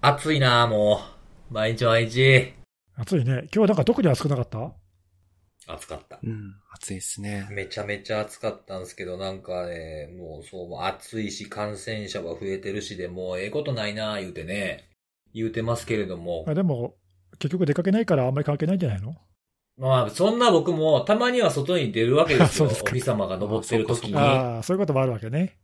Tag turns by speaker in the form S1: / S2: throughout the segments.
S1: 暑いなもう。毎日毎日。
S2: 暑いね。今日はなんか特に暑くなかった
S1: 暑かった。
S3: うん。暑いですね。
S1: めちゃめちゃ暑かったんですけど、なんかね、もうそう、もう暑いし、感染者は増えてるしで、もうええことないな言うてね、言うてますけれども。
S2: あでも、結局出かけないからあんまり関係ないんじゃないの
S1: まあ、そんな僕も、たまには外に出るわけですよ。
S2: あそうですか
S1: お日様が昇ってる時に。
S2: ああ、そういうこともあるわけね。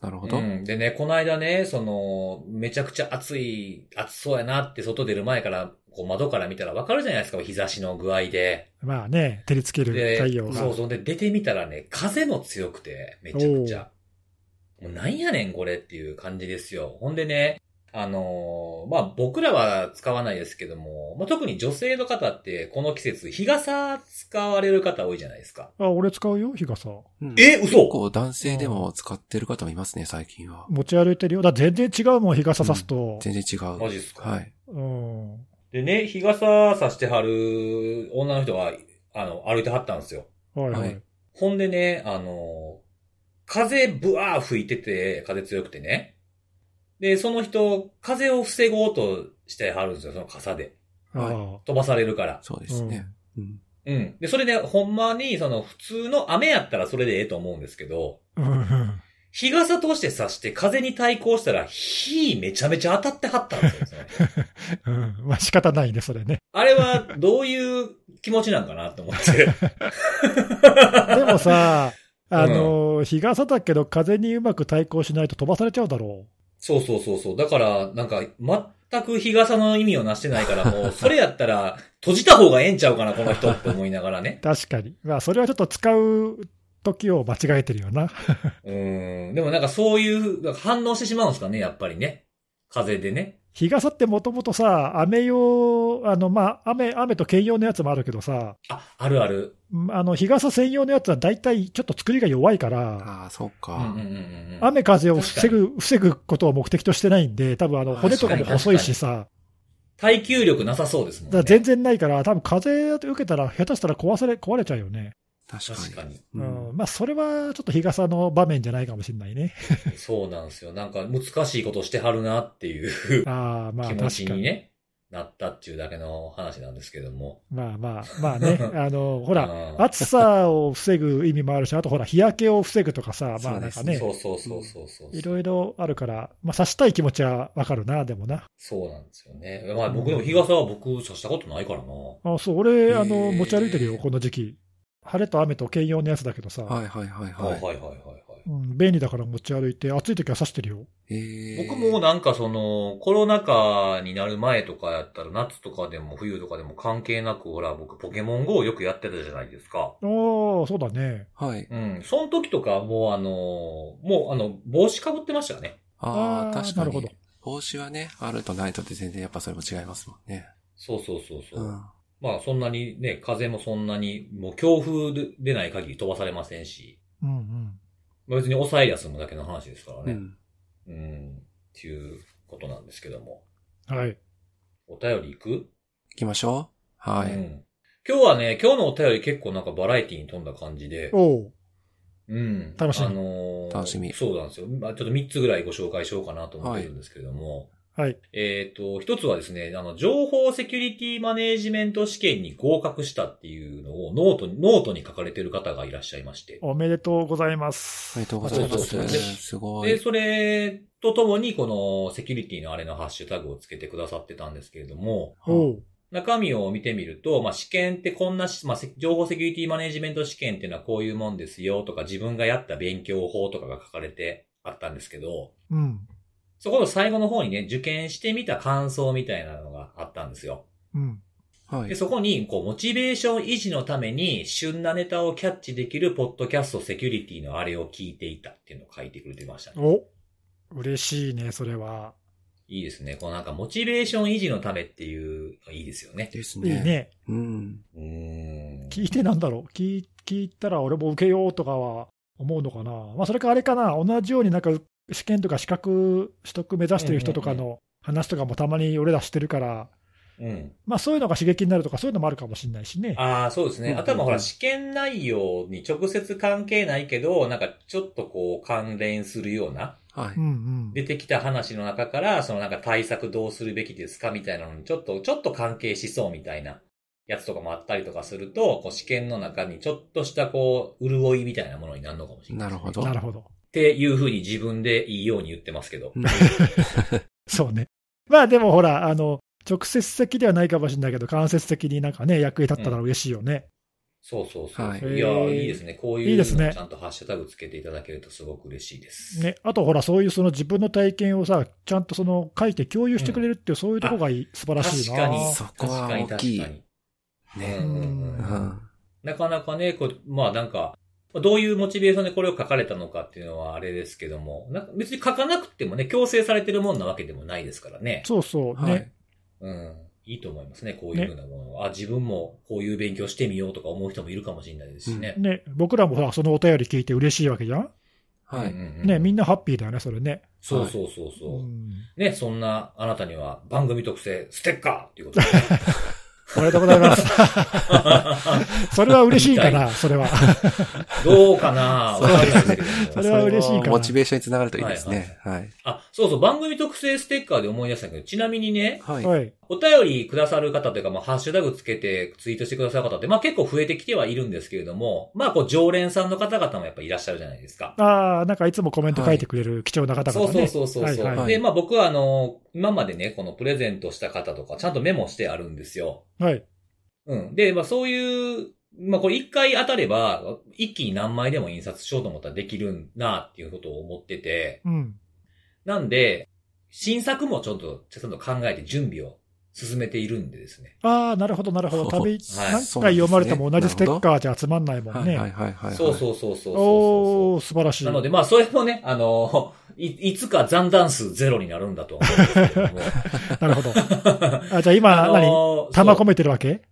S3: なるほ
S1: う
S3: ど。
S1: ん。でね、この間ね、その、めちゃくちゃ暑い、暑そうやなって外出る前から、こう窓から見たらわかるじゃないですか、日差しの具合で。
S2: まあね、照りつける
S1: で、
S2: 太陽が。
S1: そうそう。で、出てみたらね、風も強くて、めちゃくちゃ。もうなんやねん、これっていう感じですよ。ほんでね、あのーまあ、僕らは使わないですけども、まあ、特に女性の方って、この季節、日傘使われる方多いじゃないですか。
S2: あ俺使うよ、日傘。
S3: うん
S1: え、
S3: 結
S1: 嘘
S3: 構男性でも使ってる方もいますね、最近は。
S2: 持ち歩いてるよ。だから全然違うもん、日傘さすと。
S3: 全然違う。
S1: マジっすか
S3: はい。
S2: うん。
S1: でね、日傘さしてはる女の人が、あの、歩いてはったんですよ。
S2: はいは
S3: はいい。
S1: ほんでね、あの、風ブワー吹いてて、風強くてね。で、その人、風を防ごうとしてはるんですよ、その傘で。
S3: はい
S2: あ
S1: 飛ばされるから。
S3: そうですね。うん。
S1: うん。で、それで、ほんまに、その、普通の雨やったらそれでええと思うんですけど、
S2: あうんうん
S1: 日傘として差して風に対抗したら、火めちゃめちゃ当たってはったんですよその人。
S2: うん。まあ仕方ないね、それね。
S1: あれは、どういう気持ちなんかなと思って。
S2: でもさ、あの、日傘だけど風にうまく対抗しないと飛ばされちゃうだろ
S1: そうそうそうそう。だから、なんか、全く日傘の意味をなしてないから、もう、そ れやったら、閉じた方がええんちゃうかな、この人って思いながらね
S2: う。。確かに。まあそれはちょっと使う時を間違えてるよな。
S1: うん。でもなんかそういう、反応してしまうんですかね、やっぱりね。風でね。
S2: 日傘ってもともとさ、雨用、あの、まあ、雨、雨と兼用のやつもあるけどさ、
S1: あ、あるある。
S2: うんあの、日傘専用のやつは大体ちょっと作りが弱いから、
S3: ああ、そう
S1: うんうん
S3: か
S1: うん。うんうん。
S2: 雨風を防ぐ、防ぐことを目的としてないんで、多分あの、
S3: あ
S2: 骨とかも細いしさ、
S1: 耐久力なさそうですも
S2: だ
S1: ん
S2: から
S1: ね。
S2: 全然ないから、多分風受けたら下手したら壊され、壊れちゃうよね。
S3: 確
S1: 確
S3: か
S1: か
S3: に。
S1: に。
S3: うん
S2: うん、まあ、それはちょっと日傘の場面じゃないかもしれないね。
S1: そうなんですよ。なんか難しいことしてはるなっていう
S2: ああ、まあ、
S1: 気
S2: 確
S1: 持ち
S2: か
S1: に
S2: に。
S1: ね、なったっていうだけの話なんですけども。
S2: まあまあ、まあね、あの、ほ
S1: ほ
S2: ら、暑さを防ぐ意味もあるし、あとほら、日焼けを防ぐとかさ、まあなんか
S3: そうで
S2: ね、
S3: す
S1: そうそうそうそうそう。
S2: いろいろあるから、まあ、刺したい気持ちはわかるな、でもな。
S1: そうなんですよね。まあ僕でも日傘は僕さしたことないからな。
S2: あそう、俺、あの、
S3: へー
S2: 持ち歩いてるよ、この時期。晴れと雨と兼用のやつだけどさ、
S3: はいはい
S1: は
S3: はい
S1: い、はい
S3: は
S1: はいはいはい。
S2: うん、便利だから持ち歩いて、暑い時は刺してるよ。
S3: い。えー
S1: 僕も、なんかその、コロナ禍になる前とかやったら、夏とかでも冬とかでも関係なく、ほら、僕ポケモン GO をよくやってたじゃないですか。
S2: ああ、そうだね。
S3: はい。
S1: うん。その時とか、もうあの、もうあの、帽子かぶってましたよね。
S2: あー
S3: ああ、確
S2: な
S3: か
S2: るほ
S3: に
S2: ど。
S3: 帽子はね、あるとないとで全然やっぱそれも違いますもんね。
S1: そうそうそうそうう。
S3: ん。
S1: まあそんなにね、風もそんなに、もう強風ででない限り飛ばされませんし、
S2: うんうん。
S1: まあ、別に抑えりゃ済むだけの話ですから
S3: う
S1: ね。
S3: ん。
S1: うん。っていうことなんですけども。
S2: はい。
S1: お便り行く
S3: 行きましょう。は
S1: う
S3: い。
S1: ん。今日はね、今日のお便り結構なんかバラエティに富んだ感じで、
S2: おう。
S1: うん。
S2: 楽しみ
S1: あのー
S3: 楽しみ
S1: そうなんですよ。まあ、ちょっと3つぐらいご紹介しようかなと思ってるんですけれども、
S2: はい。
S1: えっ、と、一つはですね、あの、情報セキュリティマネージメント試験に合格したっていうのをノートに、ノートに書かれてる方がいらっしゃいまして、
S2: おめでとうございま
S3: お
S2: す。
S3: めでとうございま
S1: あそうそう
S3: す。
S1: そう
S3: すご
S1: で、
S3: い。
S1: それとともにこのセキュリティのあれのハッシュタグをつけてくださってたんですけれども、
S2: おう。
S1: 中身を見てみると、まあ、試験ってこんなし、まあ、せ情報セキュリティマネジメント試験っていうのはこういうもんですよとか、自分がやった勉強法とかが書かれてあったんですけど、
S2: うん。
S1: そこの最後の方にね、受験してみた感想みたいなのがあったんですよ。
S2: うん。
S3: は
S1: で、
S3: い。
S1: そこに、こう、モチベーション維持のために、旬なネタをキャッチできるポッドキャストセキュリティのあれを聞いていたっていうのを書いてくれてましたね。
S2: お嬉しいね、それは。
S1: いいですね。このなんか、モチベーション維持のためっていう、いいですよね。
S3: です
S2: いい
S3: ね。
S2: ね。
S3: うん。
S1: うーん。
S2: 聞いてなんだろう。聞い聞いたら俺も受けようとかは思うのかな。まあ、それかあれかな。同じようになんか試験とか資格取得目指してる人とか
S1: うん
S2: の話とかもたまに俺らしてるから、
S1: うん。
S2: まあ、そういうのが刺激になるとか、そういうのもあるかもしれないしね。
S1: ああ、そうですね。
S3: うん
S1: あとはまあほ
S3: う
S1: ら、
S3: ん
S1: 試験内容に直接関係ないけど、なんかちょっとこう関連するような
S3: はい。
S2: うんうん。
S1: 出てきた話の中から、そのなんか対策どうするべきですかみたいなのに、ちょっと、ちょっと関係しそうみたいなやつとかもあったりとかすると、こう試験の中にちょっとしたこう、潤いみたいなものになるのかもしれない。
S3: なるほど
S2: なるほど。
S1: っていうふうに自分でいいように言ってますけど。
S3: うん
S2: そうね。まあでもほら、あの、直接的ではないかもしれないけど、間接的になんかね、役に立ったら嬉しいよね。
S1: そうそうそう。
S3: はい
S1: い、や
S2: へー
S1: ー、いいですね。こう
S2: い
S1: い
S2: いうです
S1: の
S2: ね
S1: をちゃんとハッシュタグつけていただけるとすごく嬉しいです。
S2: ね、あとほら、そういうその自分の体験をさ、ちゃんとその書いて共有してくれるっていう、そういうとこがいい素晴らしいな。
S1: 確かに。
S3: そこは大きい
S1: 確かに確か
S3: ね
S1: に。うんうんう
S3: う
S1: ん
S3: ん。
S1: なかなかね、こうまあなんか、どういうモチベーションでこれを書かれたのかっていうのはあれですけども、なんか別に書かなくてもね、強制されてるもんなわけでもないですからね。
S2: そうそう、
S3: は
S2: ね。
S3: い。
S1: うん。いいと思いますね、こういうふうなものは。あ、自分もこういう勉強してみようとか思う人もいるかもしれないですしね。
S2: ね、僕らもほら、そのお便り聞いて嬉しいわけじゃん。
S3: は
S1: う
S3: い。
S1: んうんうん
S2: ね、みんなハッピーだよね、それね。
S1: そうそうそうそう。
S2: うん
S1: ね、そんなあなたには番組特製ステッカーっていうこ とで、ね。
S2: おめでとうございます。 それは嬉しいかな、それは。
S1: どうかなわかりませんけども
S2: それは嬉しいかな
S3: それもモチベーションにつながるといいですね。はい。
S1: あ、そうそう、番組特製ステッカーで思い出したけど、ちなみにね、
S3: はい。
S2: はい。
S1: お便りくださる方というか、まあ、ハッシュタグつけてツイートしてくださる方って、まあ、結構増えてきてはいるんですけれども、まあ、こう、常連さんの方々もやっぱいらっしゃるじゃないですか。
S2: ああ、なんかいつもコメント書いてくれる貴重な方
S1: そう
S2: 々
S1: そう
S2: ね。
S1: そうそう。
S2: はい
S3: はい
S1: で、まあ、僕はあの、今までね、このプレゼントした方とか、ちゃんとメモしてあるんですよ。
S2: はい。
S1: うん。で、まあ、そういう、まあ、これ一回当たれば、一気に何枚でも印刷しようと思ったらできるなっていうことを思ってて、
S2: うん。
S1: なんで、新作もちょっと、ちゃんと考えて準備を進めているんでですね。
S2: ああ、なるほど、なるほど。旅、
S1: はい
S2: 何回読まれても同じステッカーじゃ集まんないもん
S3: はいはい
S2: ね。
S3: はいはい。
S1: そうそうそうそうそうそうそう。
S2: おー、素晴らしい。
S1: なので、まあ、それもね、あの、い、いつか残弾数ゼロになるんだとは思うんですけれども。
S2: なるほ ど。あじ ゃあ今、何
S1: のー
S2: 玉
S1: そう
S2: 込めてるわけ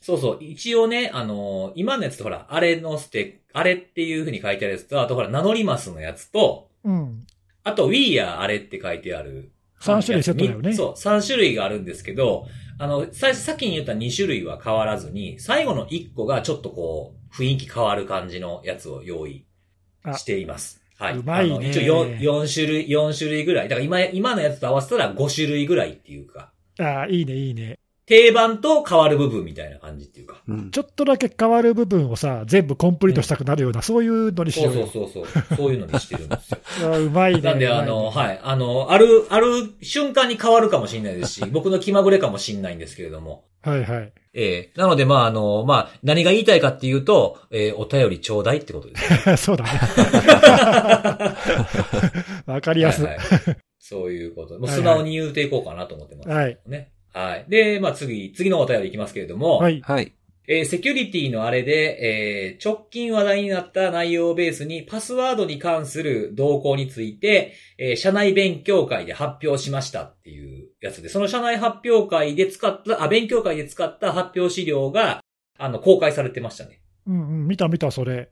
S1: そうそう。一応ね、あの、今のやつとほら、あれのステあれっていう風に書いてあるやつと、あとほら、名乗りますのやつと、
S2: うん。
S1: あと、We are あれって書いてある。
S2: 3種類セットだよね。
S1: そう、3種類があるんですけど、あの、最初、先に言った2種類は変わらずに、最後の1個がちょっとこう、雰囲気変わる感じのやつを用意しています。はい。
S2: うまいね
S1: あの一応 4, 4種類、四種類ぐらい。だから今、今のやつと合わせたら5種類ぐらいっていうか、
S2: ああ、いいね、いいね。
S1: 定番と変わる部分みたいな感じっていうか。
S3: うん。
S2: ちょっとだけ変わる部分をさ、全部コンプリートしたくなるような、そういうのにし
S1: そ
S2: よ
S1: う
S2: う
S1: そう
S2: よ。
S1: そうそう。そういうのにしてるんですよ。
S2: あーう まいね。
S1: なんで、
S2: うまい
S1: あ
S2: ね
S1: の、はい。あの、ある、ある瞬間に変わるかもしれないですし、僕の気まぐれかもしれないんですけれども。
S2: はいはい。
S1: ええなので、まあ、あの、まあ、何が言いたいかっていうと、えーお便りちょうだいってことです ね。
S2: そうだね。わかりやすい。
S1: はいはいそういうこと。もう素直に言うていこうかなと思ってます。
S2: はい。
S1: ね。はい。で、まあ、次、次のお便りいきますけれども、
S2: はい。
S3: はい。
S1: えーセキュリティのあれで、えー直近話題になった内容をベースに、パスワードに関する動向について、えー社内勉強会で発表しましたっていうやつで、その社内発表会で使った、あ、勉強会で使った発表資料が、あの、公開されてましたね。
S2: うんうん、見た見た、それ。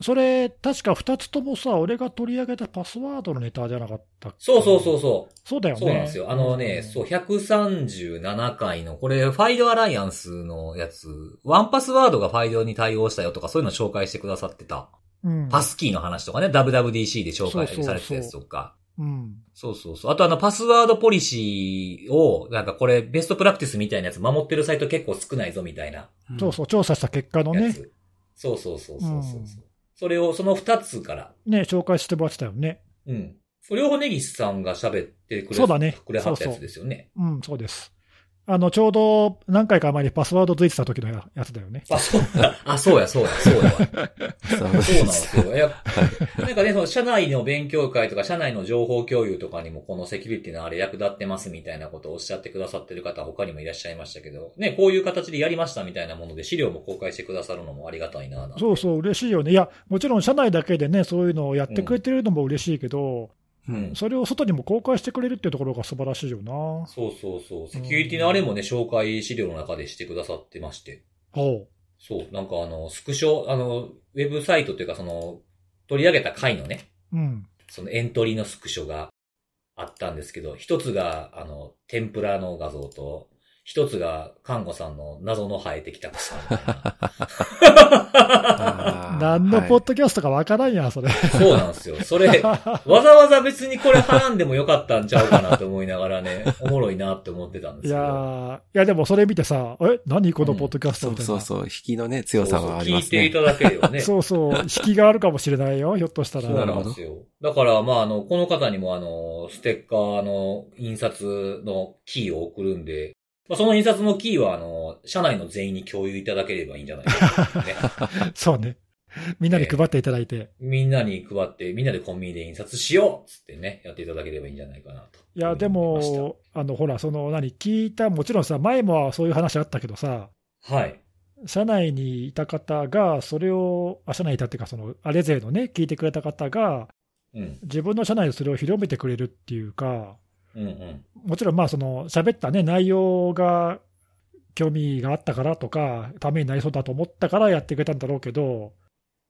S2: それ、確か2つともさ、俺が取り上げたパスワードのネタじゃなかったっけ
S1: そうそうそうそう。
S2: そうだよね。
S1: そうなんですよ。あのね、
S2: ん
S1: そう、137回の、これ、ファイドアライアンスのやつ、ワンパスワードがファイドに対応したよとか、そういうの紹介してくださってた。
S2: うん。
S1: パスキーの話とかね、WWDC で紹介
S2: そうそうそう
S1: されてたやつとか。
S2: うん。
S1: そうそうそう。あとあの、パスワードポリシーを、なんかこれ、ベストプラクティスみたいなやつ守ってるサイト結構少ないぞみたいな
S2: そうそう、調査した結果の
S1: や
S2: ね
S1: つ。、そうそうそうそうそうそう、
S2: うん
S1: それを、その二つから、
S2: ね、紹介してもらってたよね。
S1: うん。両方ネギスさんが喋ってくれ、
S2: そうだね
S1: くれはったやつですよね。
S2: うん、そうです。あの、ちょうど何回か前にパスワードついてた時のややつだよね。
S1: あ、そうだ。あ、そうや、そうや、そうやわ。
S3: そうなん
S1: そうなんですよ。いやなんかね、その社内の勉強会とか、社内の情報共有とかにも、このセキュリティのあれ役立ってますみたいなことをおっしゃってくださってる方、他にもいらっしゃいましたけど、ね、こういう形でやりましたみたいなもので、資料も公開してくださるのもありがたいな、なんて
S2: そうそう、嬉しいよね。いや、もちろん社内だけでね、そういうのをやってくれてるのも嬉しいけど、
S3: うん。
S2: それを外にも公開してくれるっていうところが素晴らしいよな。
S1: そうそうそう。セキュリティのあれもね、紹介資料の中でしてくださってまして。
S2: ほ
S1: そう、なんかあの、スクショ、あの、ウェブサイトというか、その、取り上げた回のね、
S2: う。うん。
S1: そのエントリーのスクショがあったんですけど、一つが、あの、天ぷらの画像と、一つ が、看護さんの謎の生えてきた草みたいな。
S3: あー
S2: 何のポッドキャストかわからんやん、それ。
S1: そうなんですよ。それ、わざわざ別にこれはらんでもよかったんちゃうかなと思いながらね、おもろいなって思ってたんで
S2: い
S1: すけ
S2: や
S1: ど。
S2: ーいやでもそれ見てさ、え、何このポッドキャスト
S3: そ
S2: み
S3: う
S2: たいな。
S3: そうそう、引きのね、強さはあり
S1: 聞
S3: ま
S1: い
S3: す
S1: てい
S3: ね。
S1: ただければね。
S2: そうそう、引きがあるかもしれないよ、ひょっとした
S1: そう
S2: ら。
S3: なる
S1: な
S3: ほ
S1: ん
S3: ど
S1: ですよ。だから、まあ、あの、この方にも、あの、ステッカーの印刷のキーを送るんで、まあ、その印刷のキーは、あの、社内の全員に共有いただければいいんじゃないかな、ね。
S2: そうね。みんなに配っていただいて。
S1: みんなに配って、みんなでコンビニで印刷しようっつってね、やっていただければいいんじゃないかなと。
S2: いや、で
S1: 思いまし
S2: も、あの、ほら、その、何、聞いた、もちろんさ、前もそういう話あったけどさ、
S1: た。はい。
S2: 社内にいた方が、それを、あ社内にいたっていうか、その、あれ勢のね、聞いてくれた方が、
S1: うん。
S2: 自分の社内でそれを広めてくれるっていうか、
S1: うんうん。
S2: もちろん、まあ、その、喋ったね、内容が、興味があったからとか、ためになりそうだと思ったからやってくれたんだろうけど、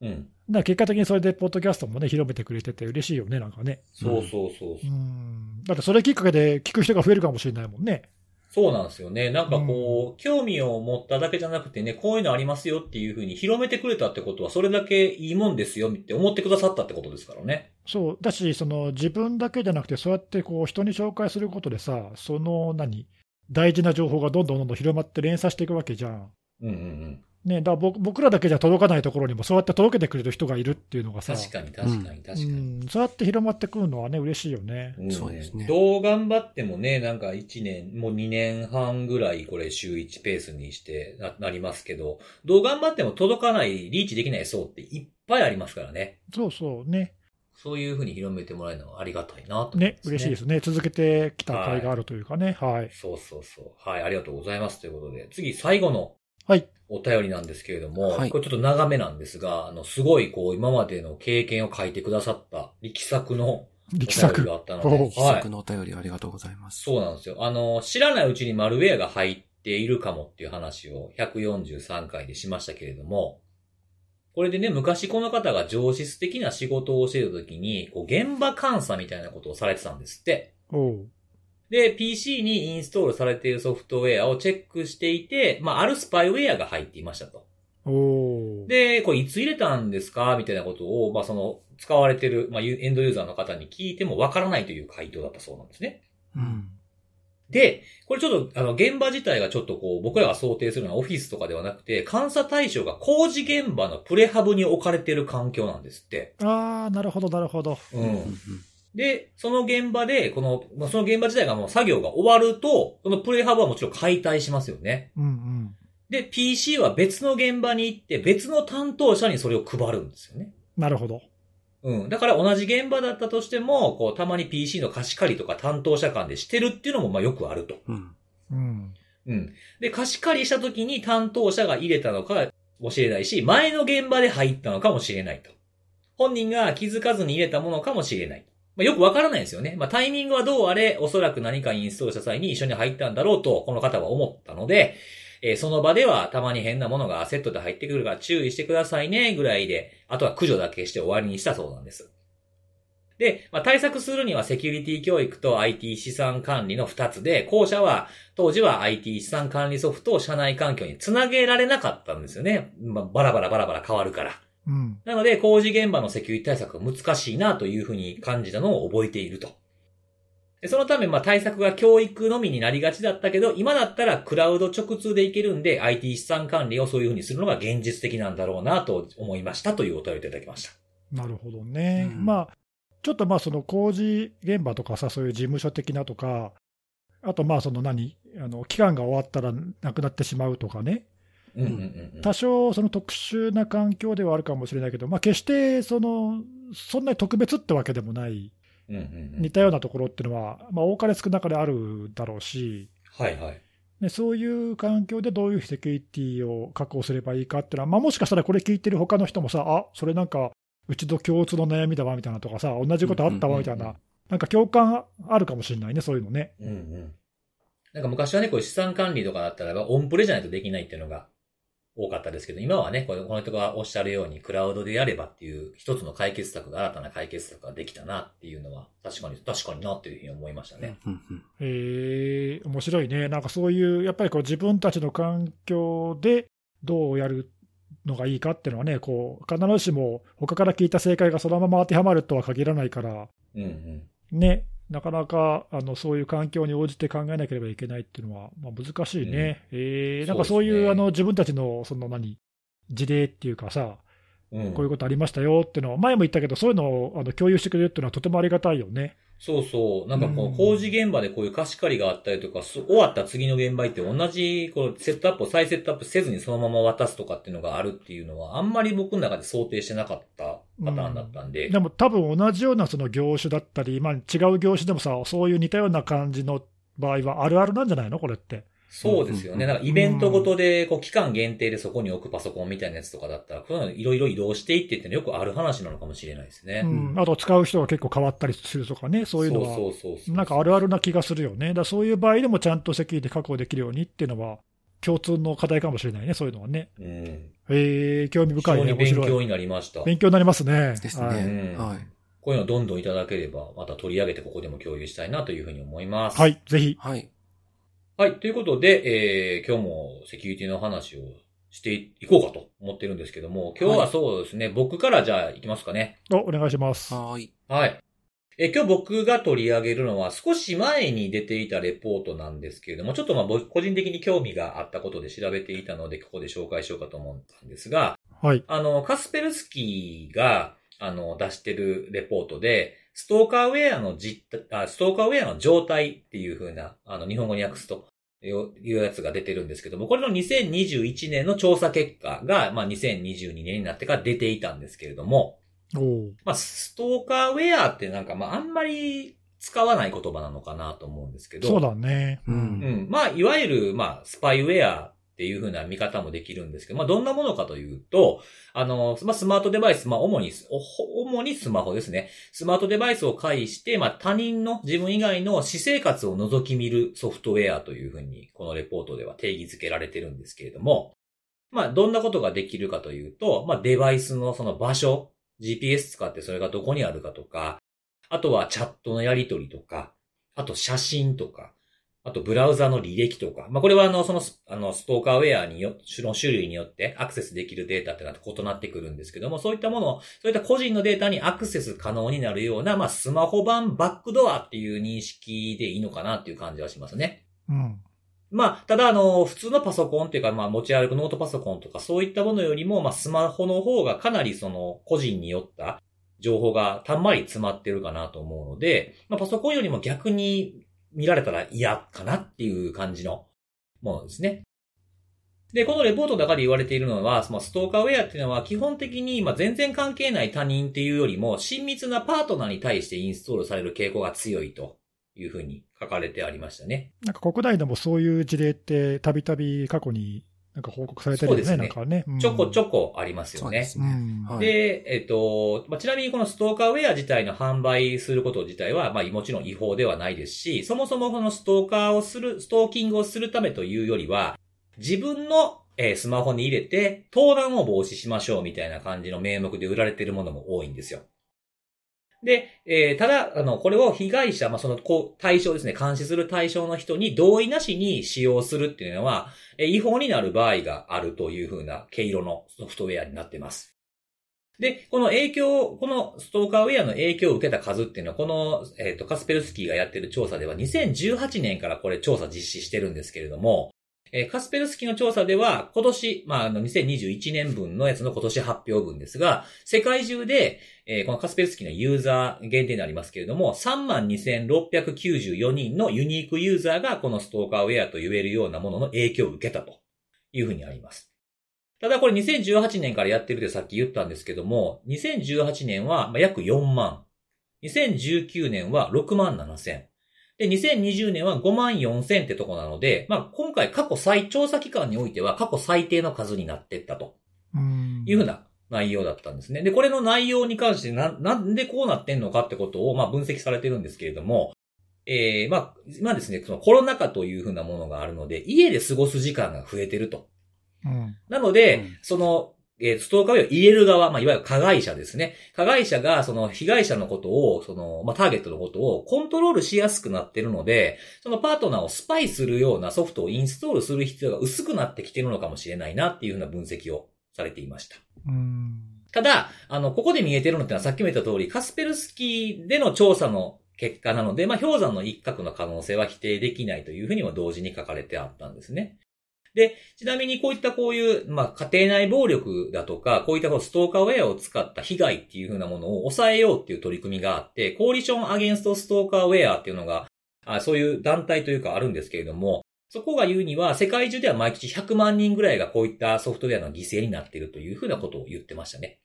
S1: うん。
S2: だから結果的にそれで、ポッドキャストもね、広めてくれてて、嬉しいよね、なんかね。
S1: そうそうそう
S2: う
S1: そう。
S2: ん。だって、それきっかけで、聞く人が増えるかもしれないもんね。
S1: そうなんですよね。なんかこう、興味を持っただけじゃなくてね、こういうのありますよっていうふうに広めてくれたってことは、それだけいいもんですよって思ってくださったってことですからね。
S2: そうだし、その自分だけじゃなくて、そうやってこう人に紹介することでさ、その何、大事な情報がどんどんどんどん広まって連鎖していくわけじゃん。
S1: うんうんうん。
S2: ね、だから僕僕らだけじゃ届かないところにも、そうやって届けてくれる人がいるっていうのがさ、
S1: 確かに確かに確かに。
S2: うん、そうやって広まってくるのはね、嬉しいよね。
S1: ん
S3: そうですね
S1: どう頑張ってもね、なんか1年、もう2年半ぐらいこれ週1ペースにしてななりますけど、どう頑張っても届かない、リーチできない層っていっぱいありますからね。
S2: そうそうね、
S1: そういうふうに広めてもらえるのはありがたいなと思います、
S2: ね嬉しいですね、続けてきた甲斐があるというかね、はい。
S1: そうそうそう。はい、ありがとうございます。ということで、次、最後の
S2: はい
S1: お便りなんですけれども、
S3: はい
S1: これちょっと長めなんですが、あの、すごい、こう、今までの経験を書いてくださった力作の
S2: 力
S1: お便り
S2: 作
S1: があったの
S2: ほう
S1: で、
S2: 力
S3: 試
S1: はい
S3: 作。のお便りありがとうございます。
S1: そうなんですよ。あの、知らないうちにマルウェアが入っているかもっていう話を143回でしましたけれども、これでね、昔この方が上質的な仕事を教えた時に、こう現場監査みたいなことをされてたんですって。
S2: おう
S1: で、PC にインストールされているソフトウェアをチェックしていて、まあ、あるスパイウェアが入っていましたと。
S2: おう
S1: で、これいつ入れたんですかみたいなことを、まあ、その、使われてる、まあ、ユエンドユーザーの方に聞いてもわからないという回答だったそうなんですね。
S3: うん。
S1: で、これちょっと、あの、現場自体がちょっとこう、僕らが想定するのはオフィスとかではなくて、監査対象が工事現場のプレハブに置かれてる環境なんですって。
S2: ああ、なるほど、なるほど。
S1: う
S3: うんうん
S1: ん。で、その現場で、この、まあその現場自体がもう作業が終わると、そのプレハブはもちろん解体しますよね。
S2: うんうん。
S1: で、PC は別の現場に行って、別の担当者にそれを配るんですよね。
S2: なるほど。
S1: うん。だから同じ現場だったとしても、こう、たまに PC の貸し借りとか担当者間でしてるっていうのも、まあよくあると。
S3: うん。
S2: うん。
S1: うん。で、貸し借りした時に担当者が入れたのかもしれないし、前の現場で入ったのかもしれないと。本人が気づかずに入れたものかもしれない。まあ、よくわからないですよね。まあ、タイミングはどうあれ、おそらく何かインストールした際に一緒に入ったんだろうと、この方は思ったので、えーその場ではたまに変なものがセットで入ってくるから注意してくださいね、ぐらいで、あとは駆除だけして終わりにしたそうなんです。で、まあ、対策するにはセキュリティ教育と IT 資産管理の2つで、後者は当時は IT 資産管理ソフトを社内環境につなげられなかったんですよね。まあ、バラバラバラバラ変わるから。
S2: うん。
S1: なので、工事現場のセキュリティ対策が難しいなというふうに感じたのを覚えていると。でそのため、まあ、対策が教育のみになりがちだったけど、今だったらクラウド直通でいけるんで、IT 資産管理をそういうふうにするのが現実的なんだろうなと思いましたというお便りをいただきました。
S2: なるほどね、
S3: うん
S2: まあ、ちょっとまあその工事現場とかさ、そういう事務所的なとか、あとまあその何、あの期間が終わったらなくなってしまうとかね、
S1: うんうんうんうん。
S2: 多少その特殊な環境ではあるかもしれないけど、まあ、決してそのそんなに特別ってわけでもない、
S1: うんうんうん
S2: 似たようなところっていうのは、まあ、多かれ少なかれあるだろうし、
S1: はいはい。
S2: ね、そういう環境でどういうセキュリティを確保すればいいかっていうのは、まあ、もしかしたらこれ聞いてる他の人もさ、あそれなんか、うちの共通の悩みだわみたいなとかさ、同じことあったわみたい
S1: うんうん
S2: な、なんか共感あるかもしれないね、そういうのね。
S1: うんうん。なんか昔はね、こう資産管理とかだったらば、オンプレじゃないとできないっていうのが多かったですけど、今はね、これこの人がおっしゃるように、クラウドでやればっていう一つの解決策が、新たな解決策ができたなっていうのは、確かに、確かになっていうふうに思いましたね。
S3: うんうん
S2: へえ面白いね、なんかそういう、やっぱりこう自分たちの環境でどうやるのがいいかっていうのはね、こう、必ずしも他から聞いた正解がそのまま当てはまるとは限らないから、
S1: うんうん。
S2: ね、なかなかあのそういう環境に応じて考えなければいけないっていうのは、まあ、難しいね。えーなんかそういう
S1: そうですね
S2: あの自分たちのその何事例っていうかさ、
S1: うん、
S2: こういうことありましたよっていうのは、前も言ったけど、そういうのをあの共有してくれるっていうのはとてもありがたいよね。
S1: そうそう。なんかこ
S2: う
S1: うん工事現場でこういう貸し借りがあったりとか、す終わった次の現場行って同じこうセットアップを再セットアップせずにそのまま渡すとかっていうのがあるっていうのは、あんまり僕の中で想定してなかったパターンだったんで。
S2: でも多分同じようなその業種だったり、まあ、違う業種でもさ、そういう似たような感じの場合はあるあるなんじゃないの、これって。
S1: そうですよね。
S3: うん
S1: なんかイベントごとで、こう期間限定でそこに置くパソコンみたいなやつとかだったら、こういうのいろいろ移動していってっていうのよくある話なのかもしれないですね。
S2: うんあと使う人が結構変わったりするとかね、そういうのは
S1: そうそうそうそう
S2: なんかあるあるな気がするよね。だからそういう場合でもちゃんと席で確保できるようにっていうのは、共通の課題かもしれないね、そういうのはね。
S1: うん。
S2: えー、興味
S1: 非
S2: 深
S1: 常
S2: いね、
S1: に
S2: 面
S1: 勉強
S2: 白い。
S1: になりました。
S2: 勉強になりますね。
S3: です
S2: はい
S3: ね。
S1: はい
S3: はい。
S1: こういうのどんどんいただければ、また取り上げてここでも共有したいなというふうに思います。
S2: はい、ぜひ。
S3: はい。
S1: はい。ということで、えー、今日もセキュリティの話をしていこうかと思ってるんですけども、今日はそうですね、僕からじゃあ行きますかね。
S2: お、お願いします。
S3: はーい。
S1: はい。えー、今日僕が取り上げるのは少し前に出ていたレポートなんですけれども、ちょっとまあ僕個人的に興味があったことで調べていたので、ここで紹介しようかと思ったんですが、
S2: はい。
S1: あの、カスペルスキーが、あの、出してるレポートで、ストーカーウェアの実態、あストーカーウェアの状態っていう風な、あの、日本語に訳すといういうやつが出てるんですけども、これの2021年の調査結果が、まあ、2022年になってから出ていたんですけれども、
S2: おー
S1: まあ、ストーカーウェアってなんか、まあ、あんまり使わない言葉なのかなと思うんですけど、
S2: そうだね。
S3: う
S1: うんん。まあ、いわゆる、まあ、スパイウェアっていう風な見方もできるんですけど、まあ、どんなものかというと、あの、まあ、スマートデバイス、まあ、主に、お主にスマホですね。スマートデバイスを介して、まあ、他人の、自分以外の私生活を覗き見るソフトウェアという風に、このレポートでは定義づけられてるんですけれども、まあ、どんなことができるかというと、まあ、デバイスのその場所、GPS 使ってそれがどこにあるかとか、あとはチャットのやり取りとか、あと写真とか、あと、ブラウザの履歴とか。まあ、これは、あの、そのス、あの、ストーカーウェアによ、種の種類によってアクセスできるデータってのは異なってくるんですけども、そういったものを、そういった個人のデータにアクセス可能になるような、まあ、スマホ版バックドアっていう認識でいいのかなっていう感じはしますね。
S2: うん。
S1: まあ、ただ、あの、普通のパソコンっていうか、まあ、持ち歩くノートパソコンとか、そういったものよりも、まあ、スマホの方がかなり、その、個人によった情報がたんまり詰まってるかなと思うので、まあ、パソコンよりも逆に見られたら嫌かなっていう感じのものですね。で、このレポートの中で言われているのは、そのストーカーウェアっていうのは基本的に、まあ、全然関係ない他人っていうよりも、親密なパートナーに対してインストールされる傾向が強いというふうに書かれてありましたね。
S2: なんか国内でもそういう事例って、たびたび過去になんか報告されてるよね、
S1: そうです
S2: な
S1: ね
S2: んかね。
S1: ちょこち
S2: ょ
S1: ょこあります
S3: そ
S1: よ
S3: うで
S1: ね。
S3: す
S2: う
S3: ね。
S2: ん。
S3: はい
S1: で、えっ、と、まあ、ちなみにこのストーカーウェア自体の販売すること自体は、まあ、もちろん違法ではないですし、そもそもこのストーカーをする、ストーキングをするためというよりは、自分の、えースマホに入れて、盗難を防止しましょうみたいな感じの名目で売られてるものも多いんですよ。で、えーただ、あの、これを被害者、まあ、その、こう、対象ですね、監視する対象の人に同意なしに使用するっていうのは、えー違法になる場合があるというふうな毛色のソフトウェアになってます。で、この影響を、このストーカーウェアの影響を受けた数っていうのは、この、えっ、と、カスペルスキーがやってる調査では、2018年からこれ調査実施してるんですけれども、えーカスペルスキーの調査では、今年、まあ、あの、2021年分のやつの今年発表分ですが、世界中で、えーこのカスペルスキーのユーザー限定になりますけれども、32,694人のユニークユーザーが、このストーカーウェアと言えるようなものの影響を受けたというふうにあります。ただこれ2018年からやってるってさっき言ったんですけども、2018年はまあ約4万。2019年は6万7千。で、2020年は5万4千ってとこなので、まあ今回過去最、調査期間においては過去最低の数になってったと
S2: うん。
S1: いうふうな内容だったんですね。で、これの内容に関してな、なんでこうなってんのかってことを、まあ分析されてるんですけれども、えー、まあ、まあですね、そのコロナ禍というふうなものがあるので、家で過ごす時間が増えてると。
S2: うん。
S1: なので、
S3: うん
S1: その、えーストーカーを入れる側、まあ、いわゆる加害者ですね。加害者が、その、被害者のことを、その、まあ、ターゲットのことをコントロールしやすくなってるので、そのパートナーをスパイするようなソフトをインストールする必要が薄くなってきてるのかもしれないなっていうふうな分析をされていました。
S2: うん。
S1: ただ、あの、ここで見えてるのってのはさっきも言った通り、カスペルスキーでの調査の結果なので、まあ、氷山の一角の可能性は否定できないというふうにも同時に書かれてあったんですね。で、ちなみにこういったこういう、まあ、家庭内暴力だとか、こういったこうストーカーウェアを使った被害っていうふうなものを抑えようっていう取り組みがあって、コーリションアゲンストストーカーウェアっていうのが、あそういう団体というかあるんですけれども、そこが言うには、世界中では毎日100万人ぐらいがこういったソフトウェアの犠牲になっているというふうなことを言ってましたね。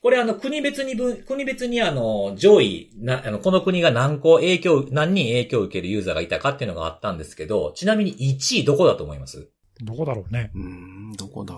S1: これあの国別に分、国別にあの上位、な、あのこの国が何個影響、何人影響を受けるユーザーがいたかっていうのがあったんですけど、ちなみに1位どこだと思います
S2: どこだろうね。
S3: うーん、どこだ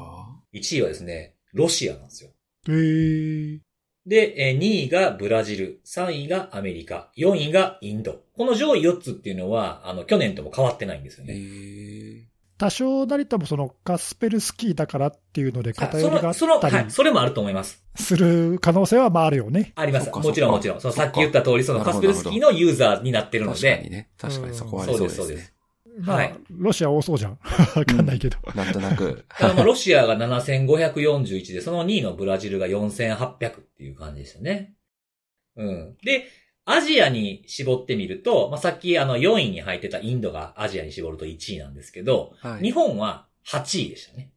S1: ?1 位はですね、ロシアなんですよ。
S2: えー、
S1: で、えー2位がブラジル、3位がアメリカ、4位がインド。この上位4つっていうのは、あの去年とも変わってないんですよ
S3: え
S1: ね。
S3: ー、
S2: 多少なりともそのカスペルスキーだからっていうので
S1: あ
S2: 偏
S1: そ
S2: りがあ
S1: の、その、
S2: っ
S1: は
S2: た
S1: い、
S2: り
S1: それもあると思います。
S2: する可能性はまああるよね。
S1: あります。
S3: そっか
S1: もちろんも
S3: そっか
S1: ちろん。その
S3: そっ
S1: さ
S3: か
S1: っき言った通り、その
S3: なる
S1: カ
S3: ほ
S1: ス
S3: ど
S1: ペルスキーのユーザーになってるの
S3: 確かに
S1: で、
S3: ね。確かにそこはあり
S1: そう
S3: そう
S1: で、
S3: ですす
S1: そうで
S3: ね。
S1: す。
S2: まあ、
S1: はい
S2: ロシア多そうじゃん。 わかんないけど。
S3: なんとなく。
S1: ただまあ、ロシアが7541で、その2位のブラジルが4800っていう感じでしたね。うん。で、アジアに絞ってみると、まあ、さっきあの4位に入ってたインドがアジアに絞ると1位なんですけど、
S3: はい
S1: 日本は8位でしたね。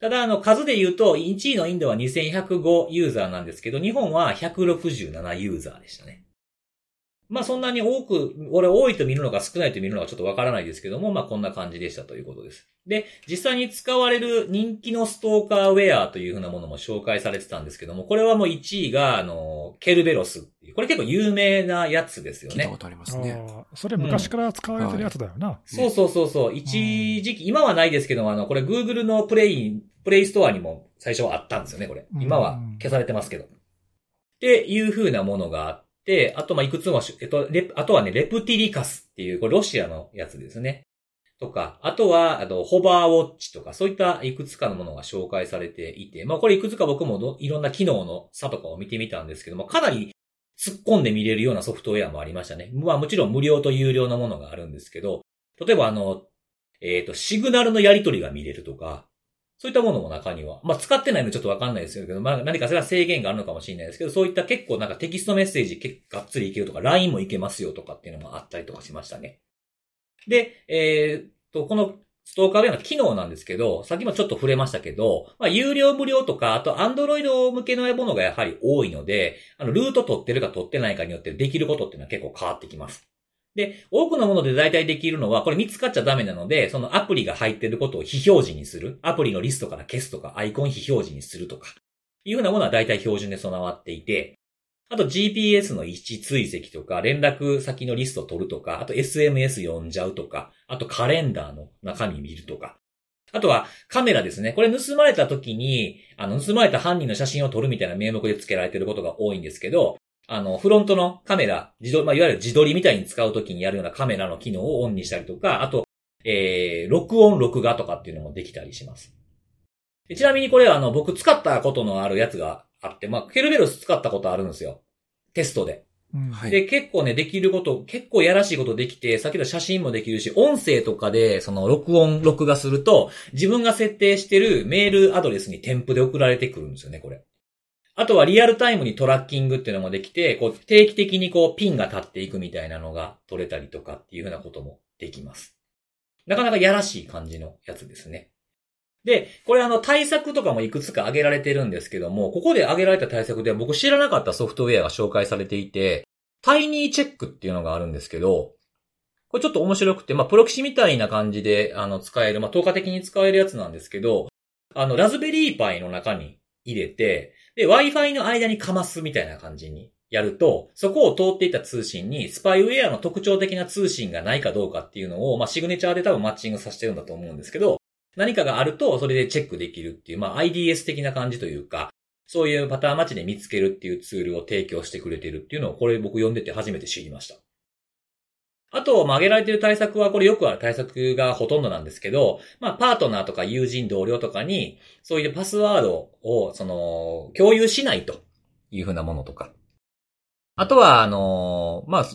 S1: ただあの数で言うと、1位のインドは2105ユーザーなんですけど、日本は167ユーザーでしたね。まあそんなに多く、俺多いと見るのか少ないと見るのかちょっとわからないですけども、まあこんな感じでしたということです。で、実際に使われる人気のストーカーウェアというふうなものも紹介されてたんですけども、これはもう1位が、あの、ケルベロスっていう。これ結構有名なやつですよ
S3: 聞いた
S1: ね
S3: こ。とありま
S2: あ
S3: すね。
S2: ーそれ昔から使われてるやつだよな。
S1: そうそうそうそう。一時期、今はないですけども、あの、これ Google のプレイ、プレイストアにも最初はあったんですよね、これ。今は消されてますけど。っていう風なものがあって、あと、まあ、いくつもし、えっと、レプあとはね、レプティリカスっていう、これロシアのやつですね。とか、あとは、あの、ホバーウォッチとか、そういったいくつかのものが紹介されていて、まあ、これいくつか僕もどいろんな機能の差とかを見てみたんですけども、かなり突っ込んで見れるようなソフトウェアもありましたね。まあ、もちろん無料と有料のものがあるんですけど、例えばあの、えっ、と、シグナルのやり取りが見れるとか、そういったものも中には、まあ、使ってないのでちょっとわかんないですけど、まあ、何かそれは制限があるのかもしれないですけど、そういった結構なんかテキストメッセージ結構がっつりいけるとか、LINE もいけますよとかっていうのもあったりとかしましたね。で、えっと、このストーカーウェアの機能なんですけど、さっきもちょっと触れましたけど、まあ、有料無料とか、あと Android 向けのものがやはり多いので、あの、ルート取ってるか取ってないかによってできることっていうのは結構変わってきます。で、多くのもので大体できるのは、これ見つかっちゃダメなので、そのアプリが入ってることを非表示にする。アプリのリストから消すとか、アイコン非表示にするとか。いうふうなものは大体標準で備わっていて、あと GPS の位置追跡とか、連絡先のリストを取るとか、あと SMS 読んじゃうとか、あとカレンダーの中身見るとか。あとはカメラですね。これ盗まれた時に、あの、盗まれた犯人の写真を撮るみたいな名目で付けられてることが多いんですけど、あの、フロントのカメラ、自動、まあ、いわゆる自撮りみたいに使うときにやるようなカメラの機能をオンにしたりとか、あと、えー、録音、録画とかっていうのもできたりします。でちなみにこれはあの、僕使ったことのあるやつがあって、まあ、ケルベロス使ったことあるんですよ。テストで。
S2: うん
S3: はい。
S1: で、結構ね、できること、結構やらしいことできて、さっきの写真もできるし、音声とかで、その、録音、録画すると、自分が設定してるメールアドレスに添付で送られてくるんですよね、これ。あとはリアルタイムにトラッキングっていうのもできて、こう、定期的にこう、ピンが立っていくみたいなのが取れたりとかっていうふうなこともできます。なかなかやらしい感じのやつですね。で、これあの対策とかもいくつか挙げられてるんですけども、ここで挙げられた対策で僕知らなかったソフトウェアが紹介されていて、タイニーチェックっていうのがあるんですけど、これちょっと面白くて、まあ、プロキシみたいな感じで、あの、使える、まあ、透過的に使えるやつなんですけど、あの、ラズベリーパイの中に入れて、で、Wi-Fi の間にかますみたいな感じにやると、そこを通っていた通信に、スパイウェアの特徴的な通信がないかどうかっていうのを、まあ、シグネチャーで多分マッチングさせてるんだと思うんですけど、何かがあると、それでチェックできるっていう、まあ、IDS 的な感じというか、そういうパターンマッチで見つけるっていうツールを提供してくれてるっていうのを、これ僕読んでて初めて知りました。あと、まあ、挙げられてる対策は、これよくある対策がほとんどなんですけど、まあ、パートナーとか友人、同僚とかに、そういうパスワードを、その、共有しないというふうなものとか。あとは、あの、ま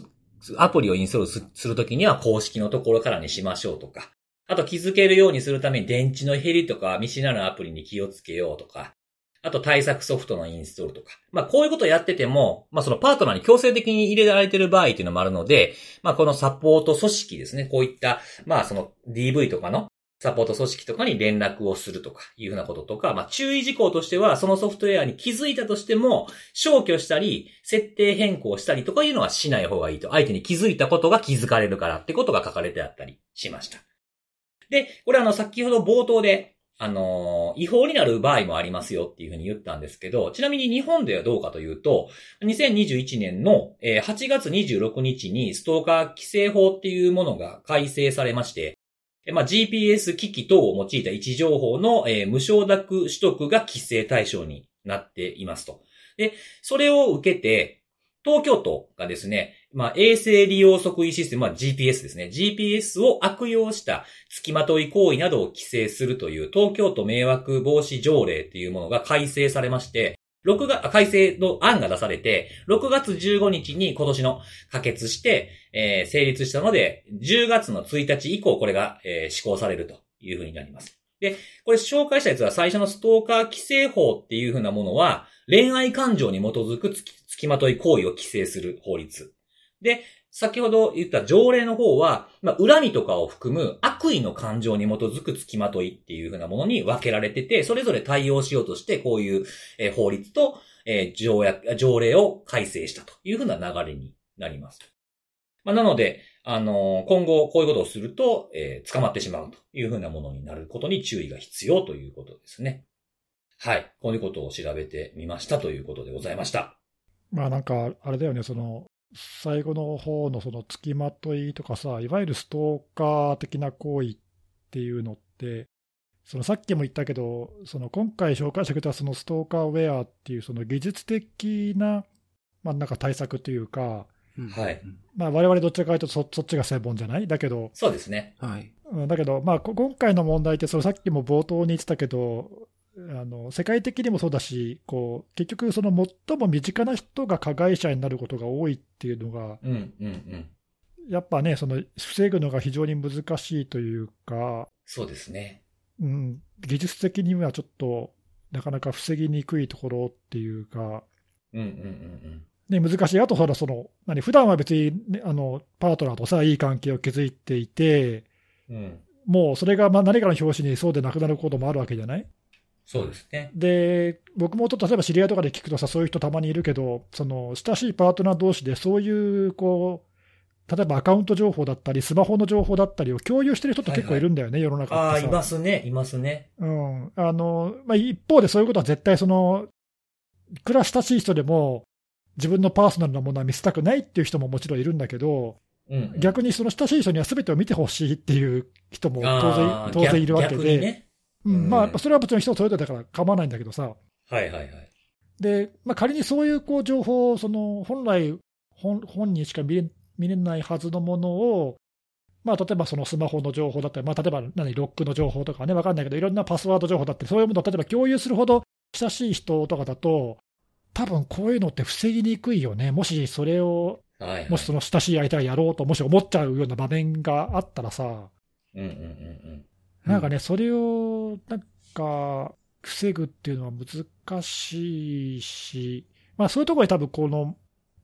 S1: あ、アプリをインストールすするときには公式のところからにしましょうとか。あと気づけるようにするために電池の減りとか、見知らぬアプリに気をつけようとか、あと対策ソフトのインストールとか。まあこういうことをやってても、まあそのパートナーに強制的に入れられてる場合っていうのもあるので、まあこのサポート組織ですね。こういった、まあその DV とかのサポート組織とかに連絡をするとかいうふうなこととか、まあ注意事項としては、そのソフトウェアに気づいたとしても、消去したり、設定変更したりとかいうのはしない方がいいと。相手に気づいたことが気づかれるからってことが書かれてあったりしました。で、これあの先ほど冒頭であの、違法になる場合もありますよっていうふうに言ったんですけど、ちなみに日本ではどうかというと、2021年のえー8月26日にストーカー規制法っていうものが改正されまして、えまあ、GPS 機器等を用いた位置情報の、えー無承諾取得が規制対象になっていますと。で、それを受けて、東京都がですね、まあ、衛星利用即位システム、まあ、GPS ですね。GPS を悪用した付きまとい行為などを規制するという東京都迷惑防止条例っていうものが改正されまして、6月、あ改正の案が出されて、6月15日に今年の可決して、えー成立したので、10月の1日以降これが、えー施行されるというふうになります。で、これ紹介したやつは最初のストーカー規制法っていうふうなものは、恋愛感情に基づく付き付きまとい行為を規制する法律。で、先ほど言った条例の方は、まあ、恨みとかを含む悪意の感情に基づく付きまといっていうふうなものに分けられてて、それぞれ対応しようとして、こういう、えー法律と、えー条約、条例を改正したというふうな流れになります。まあ、なので、あのー今後こういうことをすると、えー捕まってしまうというふうなものになることに注意が必要ということですね。はい。こういうことを調べてみましたということでございました。
S2: まあなんか、あれだよね、その、最後の方のその付きまといとかさ、いわゆるストーカー的な行為っていうのって、そのさっきも言ったけど、その今回紹介してくれたそのストーカーウェアっていうその技術的な、まあなんか対策というか、
S3: うん
S1: はい。
S2: まあ我々どっちかというとそそっちが専門じゃないだけど、
S1: そうですね。
S3: はい。
S2: うんだけど、まあ、こ今回の問題って、そのさっきも冒頭に言ってたけど、あの世界的にもそうだし、こう結局、その最も身近な人が加害者になることが多いっていうのが、
S1: うん、うん、うん。
S2: やっぱね、その防ぐのが非常に難しいというか、
S1: そうですね。
S2: うん、技術的にはちょっとなかなか防ぎにくいところっていうか、
S1: うん、うん、うん、
S2: ね、難しい、あとほら、その何普段は別にね、あのパートナーとさ、いい関係を築いていて、
S1: うん。うん。
S2: もうそれがまあ何かの表紙にそうでなくなることもあるわけじゃない
S1: そうですね。
S2: で、僕もちょっと例えば知り合いとかで聞くとさ、そういう人たまにいるけど、その親しいパートナー同士で、そういうこう、例えばアカウント情報だったり、スマホの情報だったりを共有してる人って結構いるんだよね、世の
S1: あ
S2: 中っ
S1: あ、い
S2: てさ。
S1: ますね、いますね。
S2: うんあのまあ、一方でそういうことは絶対その、いくら親しい人でも、自分のパーソナルなものは見せたくないっていう人ももちろんいるんだけど、
S1: うん。
S2: 逆にその親しい人には全てを見てほしいっていう人も当
S1: あ
S2: 然
S1: ー
S2: 当然いるわけ
S1: 逆逆に
S2: で、
S1: ね。
S2: うんま
S1: う
S2: あ、
S1: ん
S2: それはもちろん人それぞれだから構わないんだけどさ、
S1: はいはいはい。
S2: で、まあ、仮にそういうこう情報をその本来本、本人しか見れ見れないはずのものを、まあ、例えばそのスマホの情報だったり、まあ、例えば何ロックの情報とかね、分かんないけど、いろんなパスワード情報だったり、そういうものを例えば共有するほど親しい人とかだと、多分こういうのって防ぎにくいよね、もしそれを、
S1: はい、はい。
S2: もしその親しい相手がやろうと、もし思っちゃうような場面があったらさ、
S1: うんうんうん
S2: なんかね、それをなんか防ぐっていうのは難しいし、まあ、そういうところに多分この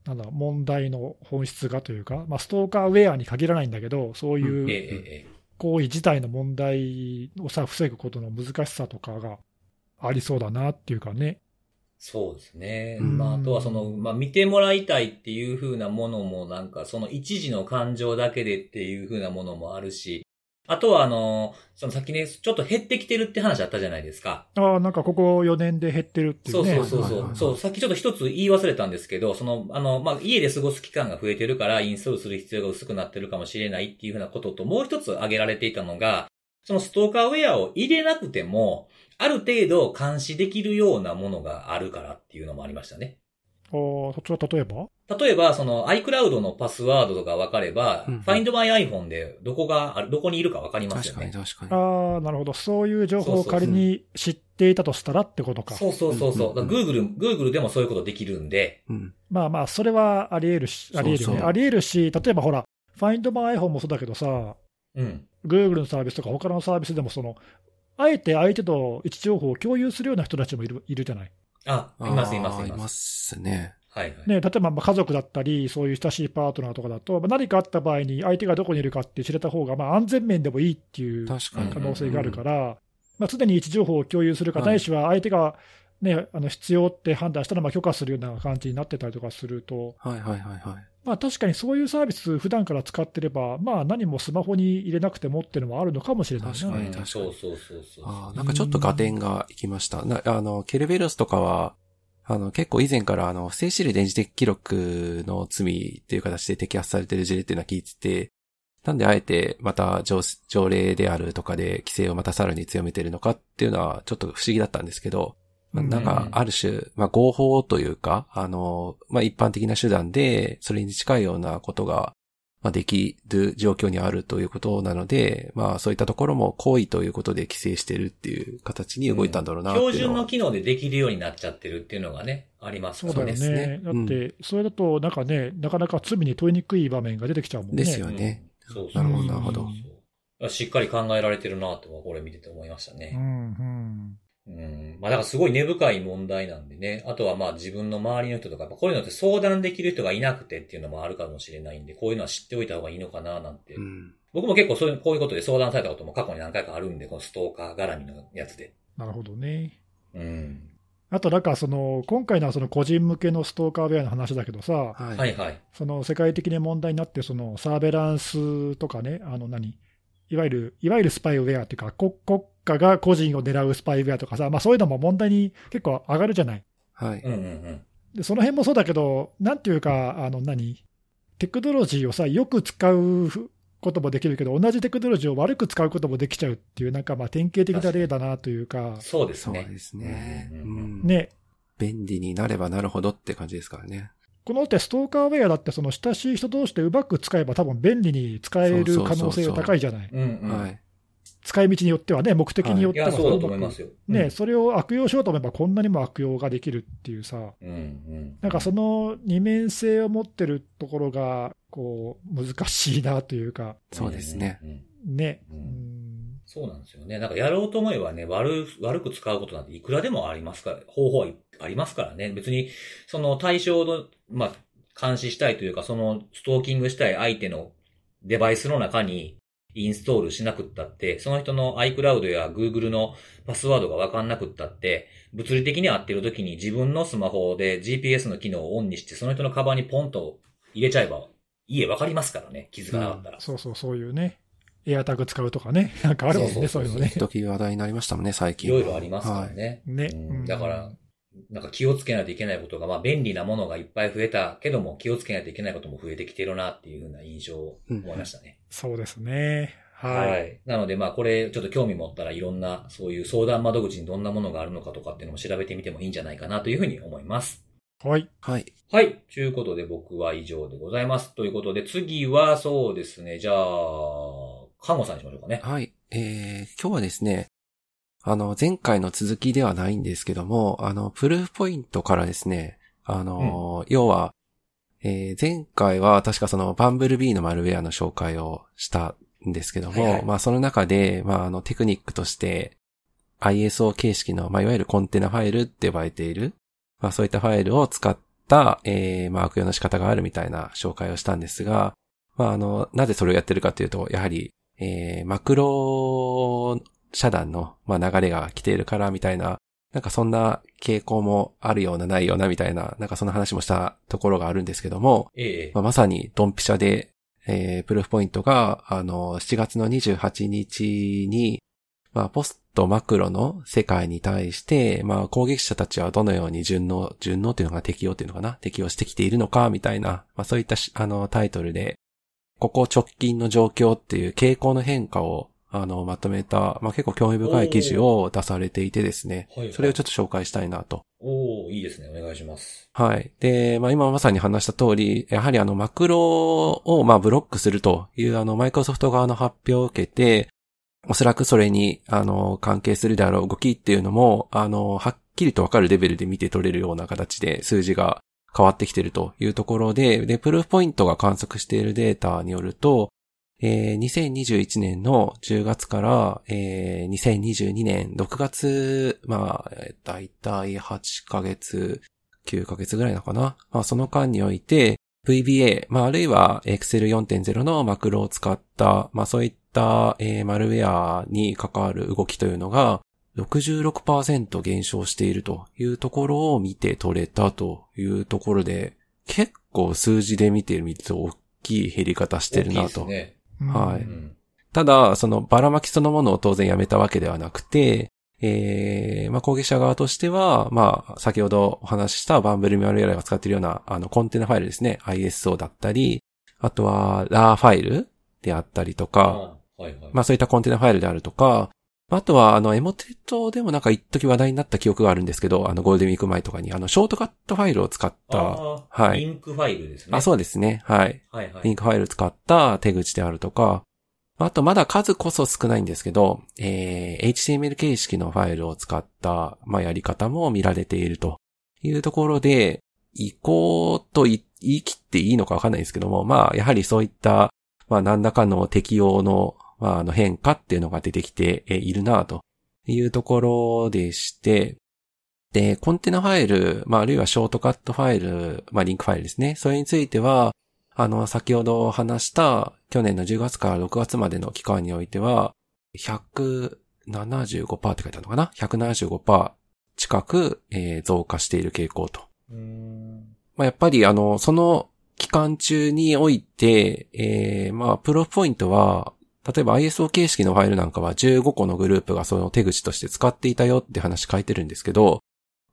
S2: なんだろう問題の本質がというか、まあ、ストーカーウェアに限らないんだけど、そ
S1: う
S2: う
S1: ん。ええ
S2: いう
S1: ええ
S2: 行為自体の問題をさ、防ぐことの難しさとかがありそうだなっていうかね。
S1: そうですね。
S3: うん
S1: まあ、あとはその、まあ、見てもらいたいっていう風なものも、なんか、その一時の感情だけでっていう風なものもあるし、あとは、あの、その先ね、ちょっと減ってきてるって話あったじゃないですか。
S2: ああ、なんかここ4年で減ってるってい
S1: そうう
S2: ね。
S1: そうそう
S3: はい
S1: そ
S3: はいは
S1: う。
S3: い
S1: そう、さっきちょっと一つ言い忘れたんですけど、その、あの、まあ、家で過ごす期間が増えてるから、インストールする必要が薄くなってるかもしれないっていうふうなことと、もう一つ挙げられていたのが、そのストーカーウェアを入れなくても、ある程度監視できるようなものがあるからっていうのもありましたね。
S2: おーそっちは例えば
S1: 例えば、その iCloud のパスワードとか分かれば、
S3: うん
S1: Find My iPhone でどこがある、どこにいるか分かります
S3: 確
S1: よ
S3: かに
S1: ね。
S3: 確か
S2: ああ、なるほど。そういう情報を
S1: そうそうそう
S2: 仮に知っていたとしたらってことか。
S1: そうそうそうそう。
S3: うんうんう
S1: Google、Google でもそういうことできるんで、
S3: に。うん。
S2: まあまあ、それはあり得るし、あり得るよね。
S3: そうそう
S2: あり得るし、例えばほら、Find My iPhone もそうだけどさ、
S1: うん。
S2: Google のサービスとか他のサービスでもその、あえて相手と位置情報を共有するような人たちもいるいるじゃない。
S1: あ、います、います、い
S3: あーい
S1: ま。
S3: ますすね。
S1: はい、はい。
S2: ね、例えばまあ家族だったり、そういう親しいパートナーとかだと、まあ何かあった場合に相手がどこにいるかって知れた方がまあ安全面でもいいっていう可
S3: 確かに。
S2: 能性があるから、まあ常に位置情報を共有するか、
S3: はい
S2: ないしは相手が、ね、あの必要って判断したらまあ許可するような感じになってたりとかすると、
S3: はいはいはいはい。
S2: まあ、確かにそういうサービス、普段から使ってれば、まあ、何もスマホに入れなくてもっていうのもあるのかもしれないな
S3: 確かに
S1: うん
S3: 確かに
S1: そうそうそうそう。
S3: ああ、なんかちょっと合点がいきました。なあの、ケルベロスとかは、あの、結構以前から、あの、不正指令電磁的記録の罪っていう形で摘発されてる事例っていうのは聞いてて、なんであえてまた条条例であるとかで規制をまたさらに強めてるのかっていうのはちょっと不思議だったんですけど、まあ
S2: うん
S3: なんかある種、まあ合法というか、あの、まあ一般的な手段でそれに近いようなことが、まあできる状況にあるということなので、まあそういったところも行為ということで規制してるっていう形に動いたんだろうなって
S1: 標
S3: いう
S1: 準
S3: のは。
S1: の機能でできるようになっちゃってるっていうのがね、あります
S2: そ
S1: か
S2: う
S1: ら
S2: だよ
S1: ね。
S2: ね。
S3: そうですね
S2: だって、それだと、なんかね、なかなか罪に問いにくい場面が出てきちゃうもんね。
S3: ですよね
S1: うん。そうそう
S3: な
S2: るほどなるほ
S1: そ
S2: ど
S1: うそうしっかり考えられてるなとは、これ見てて思いました
S2: う
S1: ね。
S2: んうん。
S1: うん。まあ、だからすごい根深い問題なんでね。あとはまあ自分の周りの人とか、やっぱこういうのって相談できる人がいなくてっていうのもあるかもしれないんで、こういうのは知っておいた方がいいのかななんて。
S3: うん。
S1: 僕も結構そういう、こういうことで相談されたことも過去に何回かあるんで、このストーカー絡みのやつで。
S2: なるほどね。
S1: うん。
S2: あと、なんか、その、今回のはその個人向けのストーカーウェアの話だけどさ、
S3: はい。
S1: はいはい。
S2: その世界的に問題になって、そのサーベランスとかね、あの何いわゆる、いわゆるスパイウェアっていうか、国国家が個人を狙うスパイウェアとかさ、まあ、そういうのも問題に結構上がるじゃない。
S3: はい。
S1: うんうんうん。
S2: でその辺もそうだけど、なんていうか、あの何テクノロジーをさ、よく使うこともできるけど、同じテクノロジーを悪く使うこともできちゃうっていう、なんかまあ典型的な例だなというか、
S1: そうです
S3: そう
S1: ね。
S3: ですね。
S1: う
S3: うんん
S2: ね、
S3: 便利になればなるほどって感じですからね。
S2: この手、ストーカーウェアだって、その親しい人同士でうまく使えば、多分便利に使える可能性が高いじゃない。
S1: うんうん。
S3: はい。
S2: 使い道によってはね、目的によっ
S1: い
S2: ては
S1: や、
S2: さ
S1: そうだと思いますよ。
S2: ね、それを悪用しようと思えば、こんなにも悪用ができるっていうさ、
S1: うん。うんうん。
S2: なんかその二面性を持ってるところが、こう、難しいなというか、
S3: そうですね。
S1: うんうんうん
S2: ね、
S1: う
S2: うんん、
S1: そうなんですよね。なんかやろうと思えばね、悪、悪く使うことなんていくらでもありますから、方法はいありますからね。別に、その対象の、まあ、監視したいというか、そのストーキングしたい相手のデバイスの中にインストールしなくったって、その人の iCloud や Google のパスワードがわかんなくったって、物理的に合ってる時に自分のスマホで GPS の機能をオンにして、その人のカバンにポンと入れちゃえば、家わかりますからね。気づかなかったら。
S2: そうそう、そういうね、エアタグ使うとかね、 なんかあるもんね、
S1: そ
S2: そう
S1: そうそう
S2: ういう
S1: そう
S2: のね
S3: 一。時話題になりましたもんね、最
S1: い
S3: 近。
S1: ろいろありますからね。
S2: ね、
S1: うん
S2: うん
S1: だから、なんか気をつけないといけないことが、まあ便利なものがいっぱい増えたけども、気をつけないといけないことも増えてきてるなっていうふうな印象を思いましたね。
S2: そうですね、はい。
S1: い。なのでまあこれちょっと興味持ったらいろんなそういう相談窓口にどんなものがあるのかとかっていうのも調べてみてもいいんじゃないかなというふうに思います。
S2: はい。
S3: はい。
S1: はい。ということで僕は以上でございます。ということで次はそうですね、じゃあ、看護さんにしましょうかね。
S3: はい。えー、今日はですね、あの、前回の続きではないんですけども、あの、プルーフポイントからですね、あの、要は、えー、前回は確かその、バンブルビーのマルウェアの紹介をしたんですけども、
S1: はいはい
S3: まあ、その中で、まあ、あの、テクニックとして、ISO 形式の、まあ、いわゆるコンテナファイルって呼ばれている、まあ、そういったファイルを使った、えー、まあ、悪用の仕方があるみたいな紹介をしたんですが、まあ、あの、なぜそれをやってるかというと、やはり、えー、マクロ遮断の、まあ、流れが来ているからみたいな、なんかそんな傾向もあるようなないようなみたいな、なんかそんな話もしたところがあるんですけども、
S1: ええ
S3: まあ、まさにドンピシャで、えー、プルーフポイントが、あの、7月の28日に、まあ、ポストマクロの世界に対して、まあ、攻撃者たちはどのように順応、順応っていうのが適応っていうのかな適応してきているのかみたいな、まあ、そういったし、あの、タイトルで、ここ直近の状況っていう傾向の変化を、あの、まとめた、まあ、結構興味深い記事を出されていてですね
S1: おーはいはい、
S3: それをちょっと紹介したいなと
S1: おー、いいですね。お願いします。
S3: はい。で、まあ今まさに話した通り、やはりあのマクロをまあブロックするというあのマイクロソフト側の発表を受けて、おそらくそれにあの関係するであろう動きっていうのも、あの、はっきりとわかるレベルで見て取れるような形で数字が変わってきているというところで、で、プルーフポイントが観測しているデータによると、えー2021年の10月から、えー2022年6月、まあ、えーだいたい8ヶ月、9ヶ月ぐらいなのかな。まあ、その間において、VBA、まあ、あるいは Excel 4.0のマクロを使った、まあ、そういった、えーマルウェアに関わる動きというのが、66%減少しているというところを見て取れたというところで、結構数字で見てみると大きい減り方してるなと
S1: 大きいですね。
S3: は
S1: う
S3: い
S1: ん。
S3: ただ、そのばらまきそのものを当然やめたわけではなくて、えー、まあ、攻撃者側としては、まあ、先ほどお話ししたバンブルミアルエラが使っているような、あの、コンテナファイルですね。ISO だったり、あとは、ラーファイルであったりとか、
S1: あはいはい。
S3: まあそういったコンテナファイルであるとか、あとは、あの、エモテットでもなんか一時話題になった記憶があるんですけど、あの、ゴールデンウィーク前とかに、あの、ショートカットファイルを使った、
S1: あー
S3: はい
S1: インクファイルですね。
S3: あ、そうですね。はい。
S1: はいはい。
S3: リンクファイル使った手口であるとか、あとまだ数こそ少ないんですけど、えー HTML 形式のファイルを使った、まあ、やり方も見られているというところで、移行とい言い切っていいのかわかんないですけども、まあ、やはりそういった、まあ、何らかの適用の、まあ、あの変化っていうのが出てきてえーいるなというところでして、で、コンテナファイル、まあ、あるいはショートカットファイル、まあ、リンクファイルですね。それについては、あの、先ほど話した去年の10月から6月までの期間においては、175%って書いてあるのかな ?175% 近く、えー増加している傾向と。
S1: うーん
S3: まあ、やっぱりあの、その期間中において、えーまあ、プロポイントは、例えば ISO 形式のファイルなんかは15個のグループがその手口として使っていたよって話書いてるんですけど、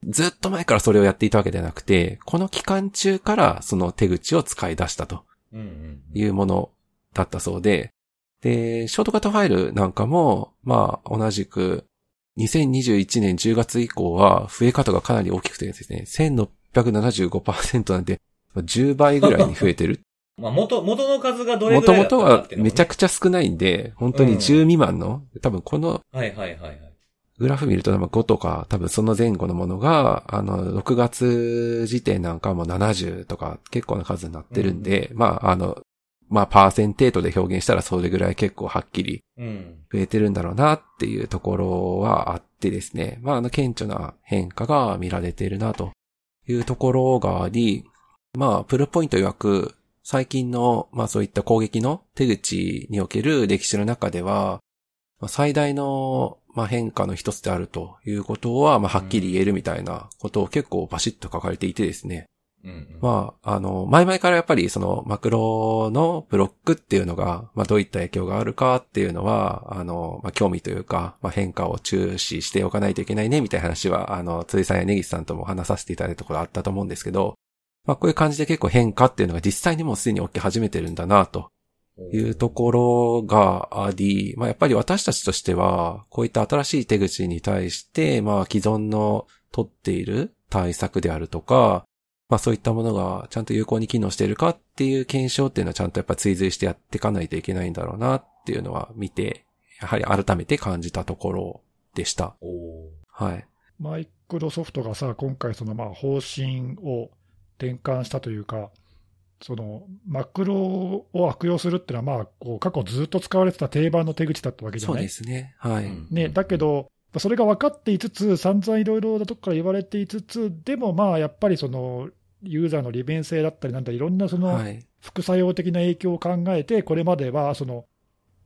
S3: ずっと前からそれをやっていたわけではなくて、この期間中からその手口を使い出したと。
S1: うんうんうん。
S3: いうものだったそうで、で、ショートカットファイルなんかも、まあ、同じく、2021年10月以降は、増え方がかなり大きくてですね、1675%なんて、10倍ぐらいに増え てる。
S1: まあ、元、元の数がどれ
S3: も
S1: ぐら
S3: と
S1: いだ
S3: も
S1: ったか
S3: と
S1: っ
S3: は
S1: ていうのもね
S3: めちゃくちゃ少ないんで、本当に10未満の、多分この
S1: はいはいはいはい。
S3: グラフ見ると多分5とか、多分その前後のものが、あの、6月時点なんかも70とか結構な数になってるんで、まあ、あの、まあ、パーセンテートで表現したらそれぐらい結構はっきり
S1: うん。
S3: 増えてるんだろうなっていうところはあってですね。まあ、あの、顕著な変化が見られているなというところがあり、まあ、プルポイント曰く、最近の、まあそういった攻撃の手口における歴史の中では、まあ、最大の、まあ、変化の一つであるということは、まあ、はっきり言えるみたいなことを結構バシッと書かれていてですね。
S1: うんうん。
S3: まあ、あの、前々からやっぱりそのマクロのブロックっていうのが、まあどういった影響があるかっていうのは、あの、まあ興味というか、まあ変化を注視しておかないといけないねみたいな話は、あの、辻さんや根岸さんとも話させていただいたところあったと思うんですけど、まあこういう感じで結構変化っていうのが実際にもうすでに起き始めてるんだなというところがあり、まあやっぱり私たちとしては、こういった新しい手口に対して、まあ既存の取っている対策であるとか、まあそういったものがちゃんと有効に機能しているかっていう検証っていうのはちゃんとやっぱ追随してやっていかないといけないんだろうなっていうのは見て、やはり改めて感じたところでした。
S1: おお
S3: はい。
S2: マイクロソフトがさ、今回、そのまあ方針を転換したというか、そのマクロを悪用するっていうのは、まあこう過去ずっと使われてた定番の手口だったわけじゃ
S3: そう
S2: ない
S3: ですね。はい。
S2: ね、だけ、ど、それが分かっていつつ、散々いろいろなとこから言われていつつ、でもまあやっぱりそのユーザーの利便性だったり、なんだりいろんなその
S3: はい。
S2: 副作用的な影響を考えて、これまではその、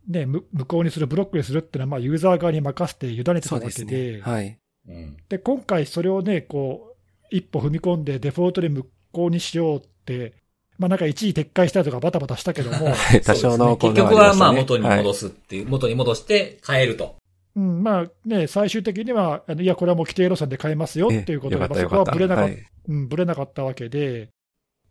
S2: ね、む無効にする、ブロックにするっていうのは、まあユーザー側に任せて委ねてた
S3: そ
S2: わ
S3: うで
S2: け
S3: す
S2: で
S3: ね。、はい。
S1: うんうん
S2: で今回、それをね、こう一歩踏み込んで、デフォルトで無効にしようって、まあ、なんか一時撤回したりとか、バタバタしたけども、
S3: 多少の
S1: そうですね結局はまあ元に戻すっていう、元に戻して変えると。
S2: うんまあね、最終的には、あのいや、これはもう規定路線で変えますよっていうことで、まあそこはぶれなかった
S3: い。
S2: うん、ぶれなかったわけで、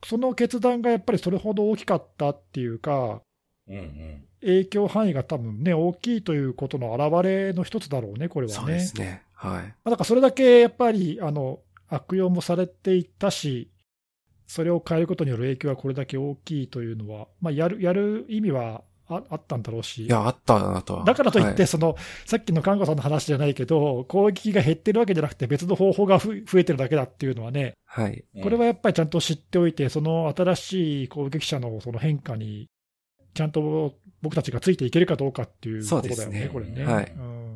S2: その決断がやっぱりそれほど大きかったっていうか、
S1: うんうん。
S2: 影響範囲が多分ね、大きいということの表れの一つだろうね、これはね。
S3: そうですね。は
S2: ま
S3: い。
S2: あだからそれだけやっぱりあの悪用もされていたし、それを変えることによる影響はこれだけ大きいというのは、まあ、やるやる意味はああったんだろうし。
S3: いや、あったなとは。
S2: だからといって、
S3: は
S2: そのさっきの看護さんの話じゃないけど、攻撃が減ってるわけじゃなくて、別の方法がふ増えてるだけだっていうのはね、
S3: い、はい。
S1: うん
S2: これは、やっぱりちゃんと知っておいて、その新しい攻撃者のその変化に、ちゃんと僕たちがついていけるかどうかっていうことだ
S3: そ
S2: よ
S3: う
S2: ね、
S3: ですね
S2: これね。
S3: はい
S2: うん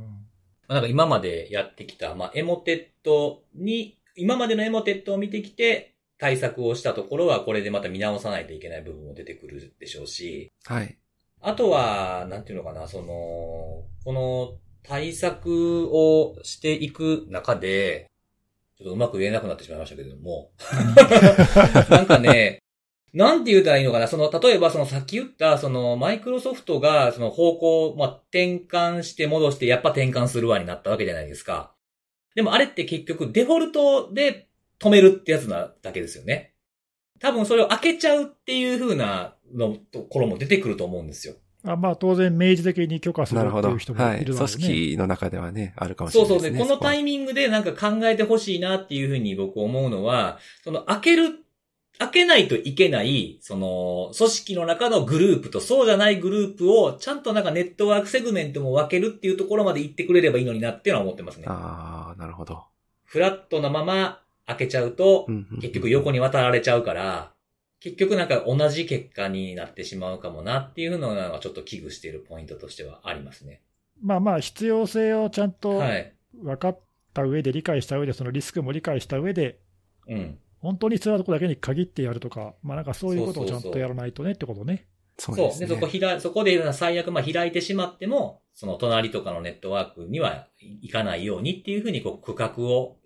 S1: まあなんか今までやってきた、まあ、エモテットに、今までのエモテットを見てきて、対策をしたところはこれでまた見直さないといけない部分も出てくるでしょうし、
S3: はい。
S1: あとは、なんていうのかな、その、この対策をしていく中で、ちょっとうまく言えなくなってしまいましたけれども、なんかね、なんて言ったらいいのかな、その、例えばそのさっき言った、その、マイクロソフトが、その方向を、まあ、転換して戻して、やっぱ転換するわになったわけじゃないですか。でもあれって結局、デフォルトで止めるってやつなだけですよね。多分それを開けちゃうっていう風なのところも出てくると思うんですよ。
S2: あまあ、当然、明示的に許可する
S3: なる
S2: って
S3: ほど。
S2: いう人もいるわ
S3: は
S2: け
S3: い。
S2: で、ね
S3: 組織の中ではね、あるかもしれ
S1: そう
S3: ない
S1: そ
S3: で
S1: う
S3: す
S1: で
S3: ね。
S1: すね。この
S3: そは
S1: タイミングでなんか考えてほしいなっていうふうに僕思うのは、その開ける、開けないといけない、その、組織の中のグループとそうじゃないグループを、ちゃんとなんかネットワークセグメントも分けるっていうところまで行ってくれればいいのになっていうのは思ってますね。
S3: ああ、なるほど。
S1: フラットなまま開けちゃうと
S3: うん、うんうん
S1: 結局横に渡られちゃうから、結局なんか同じ結果になってしまうかもなっていうのがちょっと危惧しているポイントとしてはありますね。
S2: まあまあ、必要性をちゃんと
S1: はい。
S2: 分かった上で、理解した上で、そのリスクも理解した上で、
S1: うん。
S2: 本当に必要なところだけに限ってやるとか、まあなんかそういうことをちゃんとやらないとねってことね。
S3: そう
S1: そう
S3: で
S1: ですそ
S3: ね。
S1: こ開、そこで最悪、まあ開いてしまっても、その隣とかのネットワークにはいかないようにっていうふうに、こう、区画を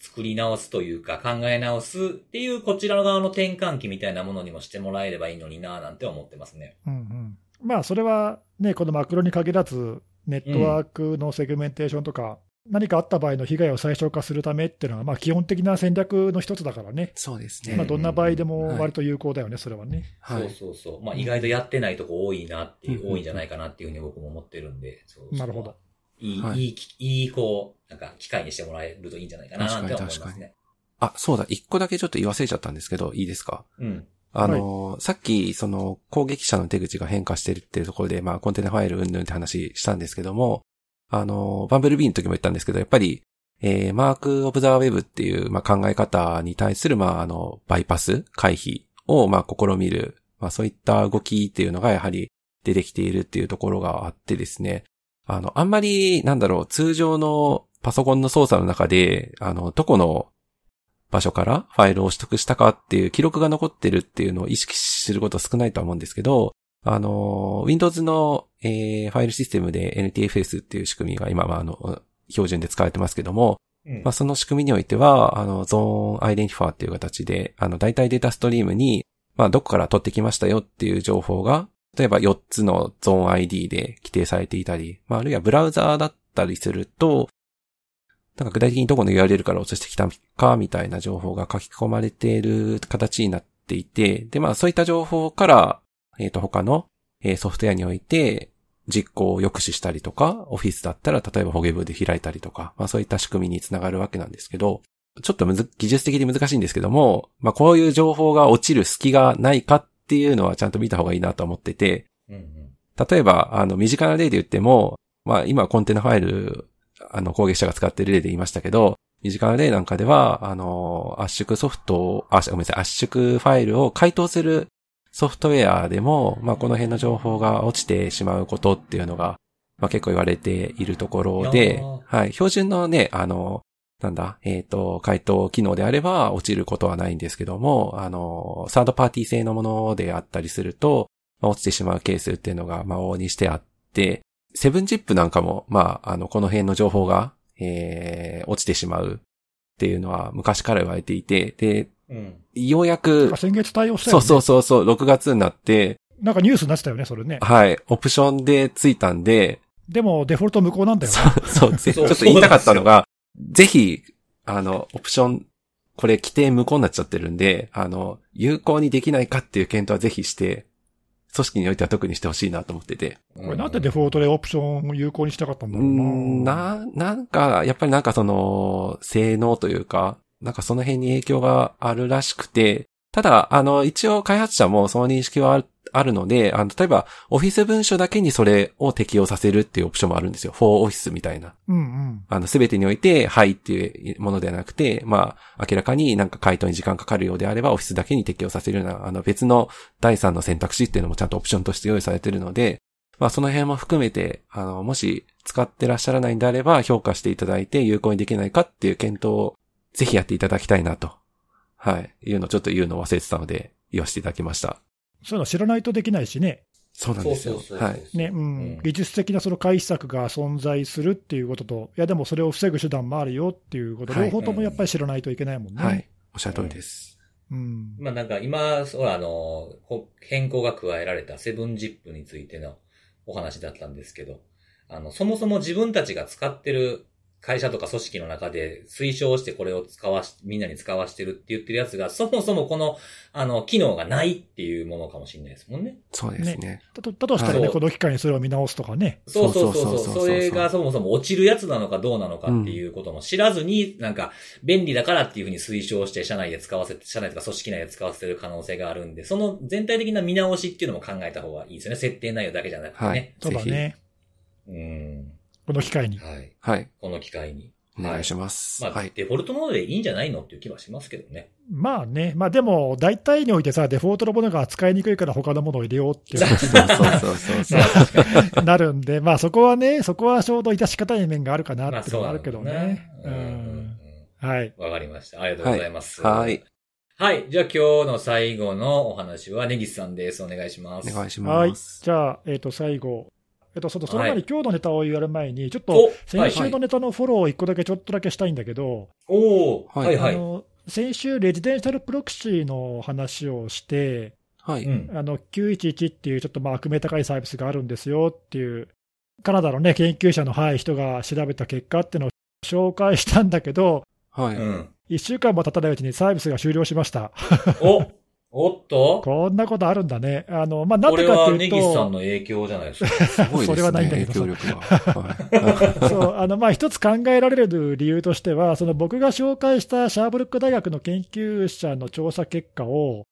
S1: 作り直すというか、考え直すっていう、こちら側の転換期みたいなものにもしてもらえればいいのになぁなんて思ってますね。
S2: うんうんまあそれはね、このマクロに限らず、ネットワークのセグメンテーションとか、何かあった場合の被害を最小化するためっていうのは、まあ基本的な戦略の一つだからね、
S3: そうです
S1: うん
S3: ね。
S2: まあ、どんな場合で
S3: は
S2: も
S3: い
S2: 割と有効だよね、それはね。
S3: は
S1: そう
S3: い。
S1: そうそう。まあ意外とやってないとこ多いなっていう、
S3: うん
S1: 多いんじゃないかなっていうふうに僕も思ってるんで、そう
S2: なるほど。
S1: いい、、
S3: はいい
S1: いき、いい、こう、なんか機会にしてもらえるといいんじゃないかなって思います
S3: 確かに
S1: ね。
S3: あ、そうだ。一個だけちょっと言わせちゃったんですけど、いいですか
S1: うん。
S3: あの、さっき、その、攻撃者の手口が変化してるっていうところで、まあ、コンテナファイルうんぬんって話したんですけども、あの、バンブルビーの時も言ったんですけど、やっぱり、えー、マーク・オブ・ザ・ウェブっていう、まあ、考え方に対する、まあ、あの、バイパス、回避を、まあ、試みる、まあ、そういった動きっていうのが、やはり出てきているっていうところがあってですね、あの、あんまり、なんだろう、通常のパソコンの操作の中で、あの、どこの場所からファイルを取得したかっていう記録が残ってるっていうのを意識すること少ないとは思うんですけど、あの、Windows の、えーファイルシステムで NTFS っていう仕組みが今は、あの、標準で使われてますけども、
S1: うん
S3: まあ、その仕組みにおいては、あの、ゾーンアイデンティファーっていう形で、あの、大体データストリームに、まあ、どこから取ってきましたよっていう情報が、例えば4つのゾーン ID で規定されていたり、まあ、あるいはブラウザーだったりすると、なんか具体的にどこの URL から落としてきたかみたいな情報が書き込まれている形になっていて、で、まあ、そういった情報から、えっ、と、他の、えーソフトウェアにおいて、実行を抑止したりとか、オフィスだったら例えばホゲブで開いたりとか、まあそういった仕組みにつながるわけなんですけど、ちょっとむず、技術的に難しいんですけども、まあこういう情報が落ちる隙がないかっていうのはちゃんと見た方がいいなと思ってて、
S1: うんうん。
S3: 例えば、あの、身近な例で言っても、まあ今コンテナファイル、あの、攻撃者が使ってる例で言いましたけど、身近な例なんかでは、あの、圧縮ソフトを、あ、ごめんなさい、圧縮ファイルを解凍するソフトウェアでも、まあこの辺の情報が落ちてしまうことっていうのが、まあ結構言われているところで
S1: あ、
S3: はい、標準のね、あの、なんだ、えっ、と、回答機能であれば落ちることはないんですけども、あの、サードパーティー製のものであったりすると、まあ落ちてしまうケースっていうのが、まあ、往々にしてあって、セブンジップなんかも、まあ、あの、この辺の情報が、えー、落ちてしまうっていうのは昔から言われていて、で、
S1: うん。
S3: ようやく
S2: まあ、先月対応したよ
S3: そう
S2: ね。
S3: そうそうそう、6月になって、
S2: なんかニュースになってたよね、それね。
S3: はい、オプションでついたんで、
S2: でも、デフォルト無効なんだよね。
S3: そう、そう、ぜち
S1: そ
S3: ょ
S1: う
S3: っと言いたかったのが、ぜひ、あの、オプション、これ規定無効になっちゃってるんで、あの、有効にできないかっていう検討はぜひして、組織においては特にしてほしいなと思ってて。
S2: これなんでデフォルトでオプションを有効にしなかったんだ
S3: う
S2: ろうな。
S3: んな、なんか、やっぱりなんかその、性能というか、なんかその辺に影響があるらしくて、ただ、あの、一応開発者もその認識はあるあるので、あの、例えば、オフィス文書だけにそれを適用させるっていうオプションもあるんですよ。for office みたいな。
S2: うんうん。
S3: あの、すべてにおいて、はいっていうものではなくて、まあ、明らかになんか回答に時間かかるようであれば、オフィスだけに適用させるような、あの、別の第三の選択肢っていうのもちゃんとオプションとして用意されているので、まあその辺も含めて、あの、もし使ってらっしゃらないんであれば、評価していただいて有効にできないかっていう検討をぜひやっていただきたいなと。はい。いうのをちょっと言うのを忘れてたので、言わせていただきました。
S2: そういうの知らないとできないしね、
S3: そうなん
S1: そう
S3: です
S1: そ
S3: よ
S1: う。そう。
S3: はい。
S2: ねうん
S1: うん
S2: 技術的なその回避策が存在するっていうことと、いや、でもそれを防ぐ手段もあるよっていうこと、
S3: はい
S2: 両方ともやっぱり知らないといけないもんね。
S3: はい。おっしゃる通りです。
S2: うん
S1: まあなんか今、そうあの、こ変更が加えられたセブンジップについてのお話だったんですけど、あの、そもそも自分たちが使ってる会社とか組織の中で推奨してこれを使わし、みんなに使わしてるって言ってるやつが、そもそもこの、あの、機能がないっていうものかもしれないですもんね。
S3: そうですね。
S2: だとだとしたらね、
S1: はい
S2: この機会にそれを見直すとかね、
S1: そうそうそう
S3: そうそうそう
S1: そ。
S3: そうう
S1: それがそもそも落ちるやつなのかどうなのかっていうことも知らずに、なんか、便利だからっていうふうに推奨して、社内で使わせて、社内とか組織内で使わせてる可能性があるんで、その全体的な見直しっていうのも考えた方がいいですよね。設定内容だけじゃなくて
S3: はい。
S1: ね。
S2: そうだね、
S1: うん。
S2: この機会に。
S1: はい。
S3: はい。
S1: この機会に。
S3: お願いします。
S1: まあ、
S3: はい。
S1: デフォルトモードでいいんじゃないのっていう気はしますけどね。
S2: まあね、まあでも、大体においてさ、デフォートのものが使いにくいから他のものを入れようってい う
S3: そうそうそうそうそう。
S2: ことに なるんで、まあそこはね、そこはちょうど致し方ない面があるかなっていうのはあるけど
S1: まあ
S2: ね。
S1: そうなんだよね
S2: う
S1: う
S2: ん
S1: ん
S2: はい。
S1: わかりました。ありがとうございます。
S3: はい。
S1: はい。じゃあ今日の最後のお話は根岸さんです。お願いします。
S3: お願いし
S2: は
S3: ま
S2: い。
S3: す。
S2: じゃあ、えっ、と、最後。えっ、と、そのその前
S1: はい
S2: に今日のネタをやる前に、ちょっと
S1: お
S2: 先週のネタのフォローを一個だけちょっとだけしたいんだけど、
S1: おお、は、
S3: はいい
S1: はい
S2: あの、先週レジデンシャルプロクシーの話をして、
S3: は
S1: う
S3: い。
S1: ん。
S2: あの、911っていうちょっとまあ悪名高いサービスがあるんですよっていう、カナダのね、研究者の、はい、人が調べた結果っていうのを紹介したんだけど、
S3: は
S1: う
S3: い。
S1: ん。
S2: 1週間も経たないうちにサービスが終了しました。
S1: お、おっと
S2: こんなことあるんだね。あの、まあ、なん
S1: これ
S2: でか
S1: は
S2: ってい
S1: 根
S2: う
S1: 岸さん
S2: と、
S1: の影響じゃないですか。
S3: すごい
S2: そ
S3: で
S2: れ
S3: す
S2: は
S3: ね。
S2: ないんだけ
S3: 影
S2: ど
S3: 響力が。 はい
S2: そう、あの、まあ、一つ考えられる理由としては、その僕が紹介したシャーブルック大学の研究者の調査結果を、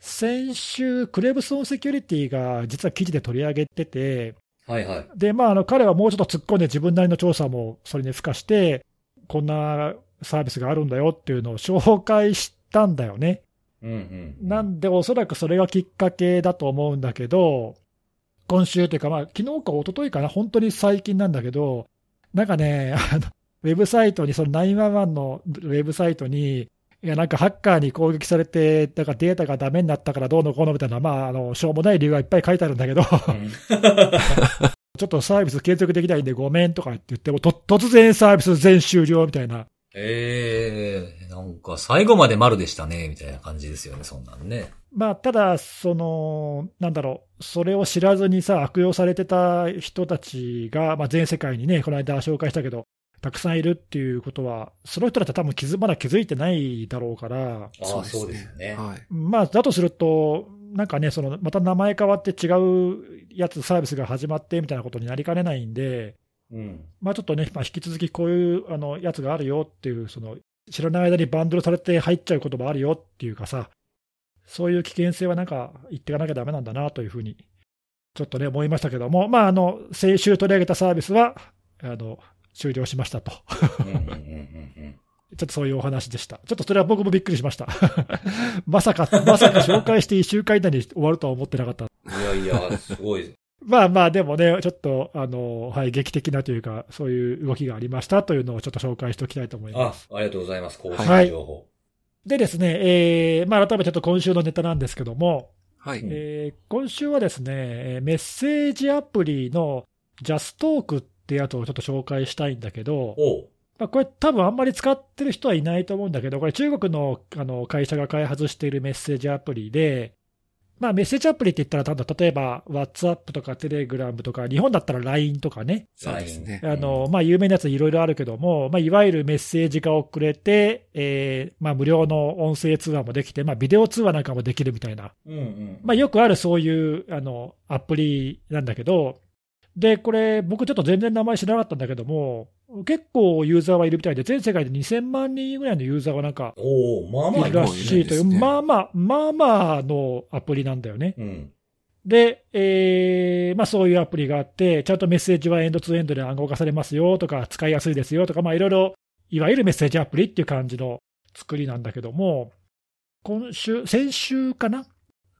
S2: 先週、クレブソンセキュリティが実は記事で取り上げてて、
S1: はいはい。
S2: で、まあ、あの彼はもうちょっと突っ込んで、自分なりの調査もそれに付加して、こんなサービスがあるんだよっていうのを紹介したんだよね。
S1: うんうん。
S2: なんで、おそらくそれがきっかけだと思うんだけど、今週というか、まあ昨日か一昨日かな、本当に最近なんだけど、なんかね、あのウェブサイトに、その911のウェブサイトに、いやなんかハッカーに攻撃されて、だからデータがダメになったからどうのこうのみたいな、まあ、あのしょうもない理由がいっぱい書いてあるんだけ
S1: う
S2: ど。
S1: ん
S2: ちょっとサービス継続できないんでごめんとかって言っても、と突然サービス全終了みたいな。
S1: ええー、なんか最後まで丸でしたね、みたいな感じですよね、そんなんね。
S2: まあ、ただ、その、なんだろう、それを知らずにさ、悪用されてた人たちが、まあ、全世界にね、この間紹介したけど、たくさんいるっていうことは、その人たちは多分気づまだ気づいてないだろうから、
S1: ああ、そうですよね。
S3: はい。
S2: まあ、だとすると、なんかね、そのまた名前変わって違うやつ、サービスが始まってみたいなことになりかねないんで、
S1: うん。
S2: まあ、ちょっとね、まあ、引き続きこういうあのやつがあるよっていう、その知らない間にバンドルされて入っちゃうこともあるよっていうかさ、そういう危険性はなんか言っていかなきゃダメなんだなというふうに、ちょっとね、思いましたけども、まあ、あの先週取り上げたサービスはあの終了しましたと、 ちょ
S1: うんうんうんうん
S2: っとそういうお話でした。ちょっとそれは僕もびっくりしました。 まさか、まさか紹介して1週間以内に終わるとは思ってなかった。
S1: うん。いやいや、すごい。
S2: まあまあ、でもね、ちょっと、あの、はい、劇的なというか、そういう動きがありましたというのをちょっと紹介しておきたいと思います。
S1: あ、ありがとうございます、更
S2: は
S1: 新
S2: い
S1: 情報。
S2: でですね、えーまあ、改めてちょっと今週のネタなんですけども、
S1: う
S3: は
S1: ん
S3: い。
S2: えー今週はですね、えーメッセージアプリのジャストークってやつをちょっと紹介したいんだけど、
S1: おう。
S2: まあ、これ多分あんまり使ってる人はいないと思うんだけど、これ中国のあの会社が開発しているメッセージアプリで、まあ、メッセージアプリって言ったらただ、例えば WhatsApp とか Telegram とか、日本だったら LINE とかね、
S3: そうですね
S1: LINE
S2: あの、まあ、有名なやついろいろあるけども、まあ、いわゆるメッセージが送れて、えーまあ、無料の音声通話もできて、まあ、ビデオ通話なんかもできるみたいな、
S1: うんうん。
S2: まあ、よくあるそういう、あの、アプリなんだけど、で、これ、僕ちょっと全然名前知らなかったんだけども、結構ユーザーはいるみたいで、全世界で2000万人ぐらいのユーザーがなんか、
S1: おおまあ
S2: い
S1: まあ
S2: るらしいという、
S3: まあまあいるんですね
S2: まあまあ、まあまあのアプリなんだよね。
S1: うん。
S2: で、えーまあ、そういうアプリがあって、ちゃんとメッセージはエンドツーエンドで暗号化されますよとか、使いやすいですよとか、まあいろいろ、いわゆるメッセージアプリっていう感じの作りなんだけども、今週、先週かな、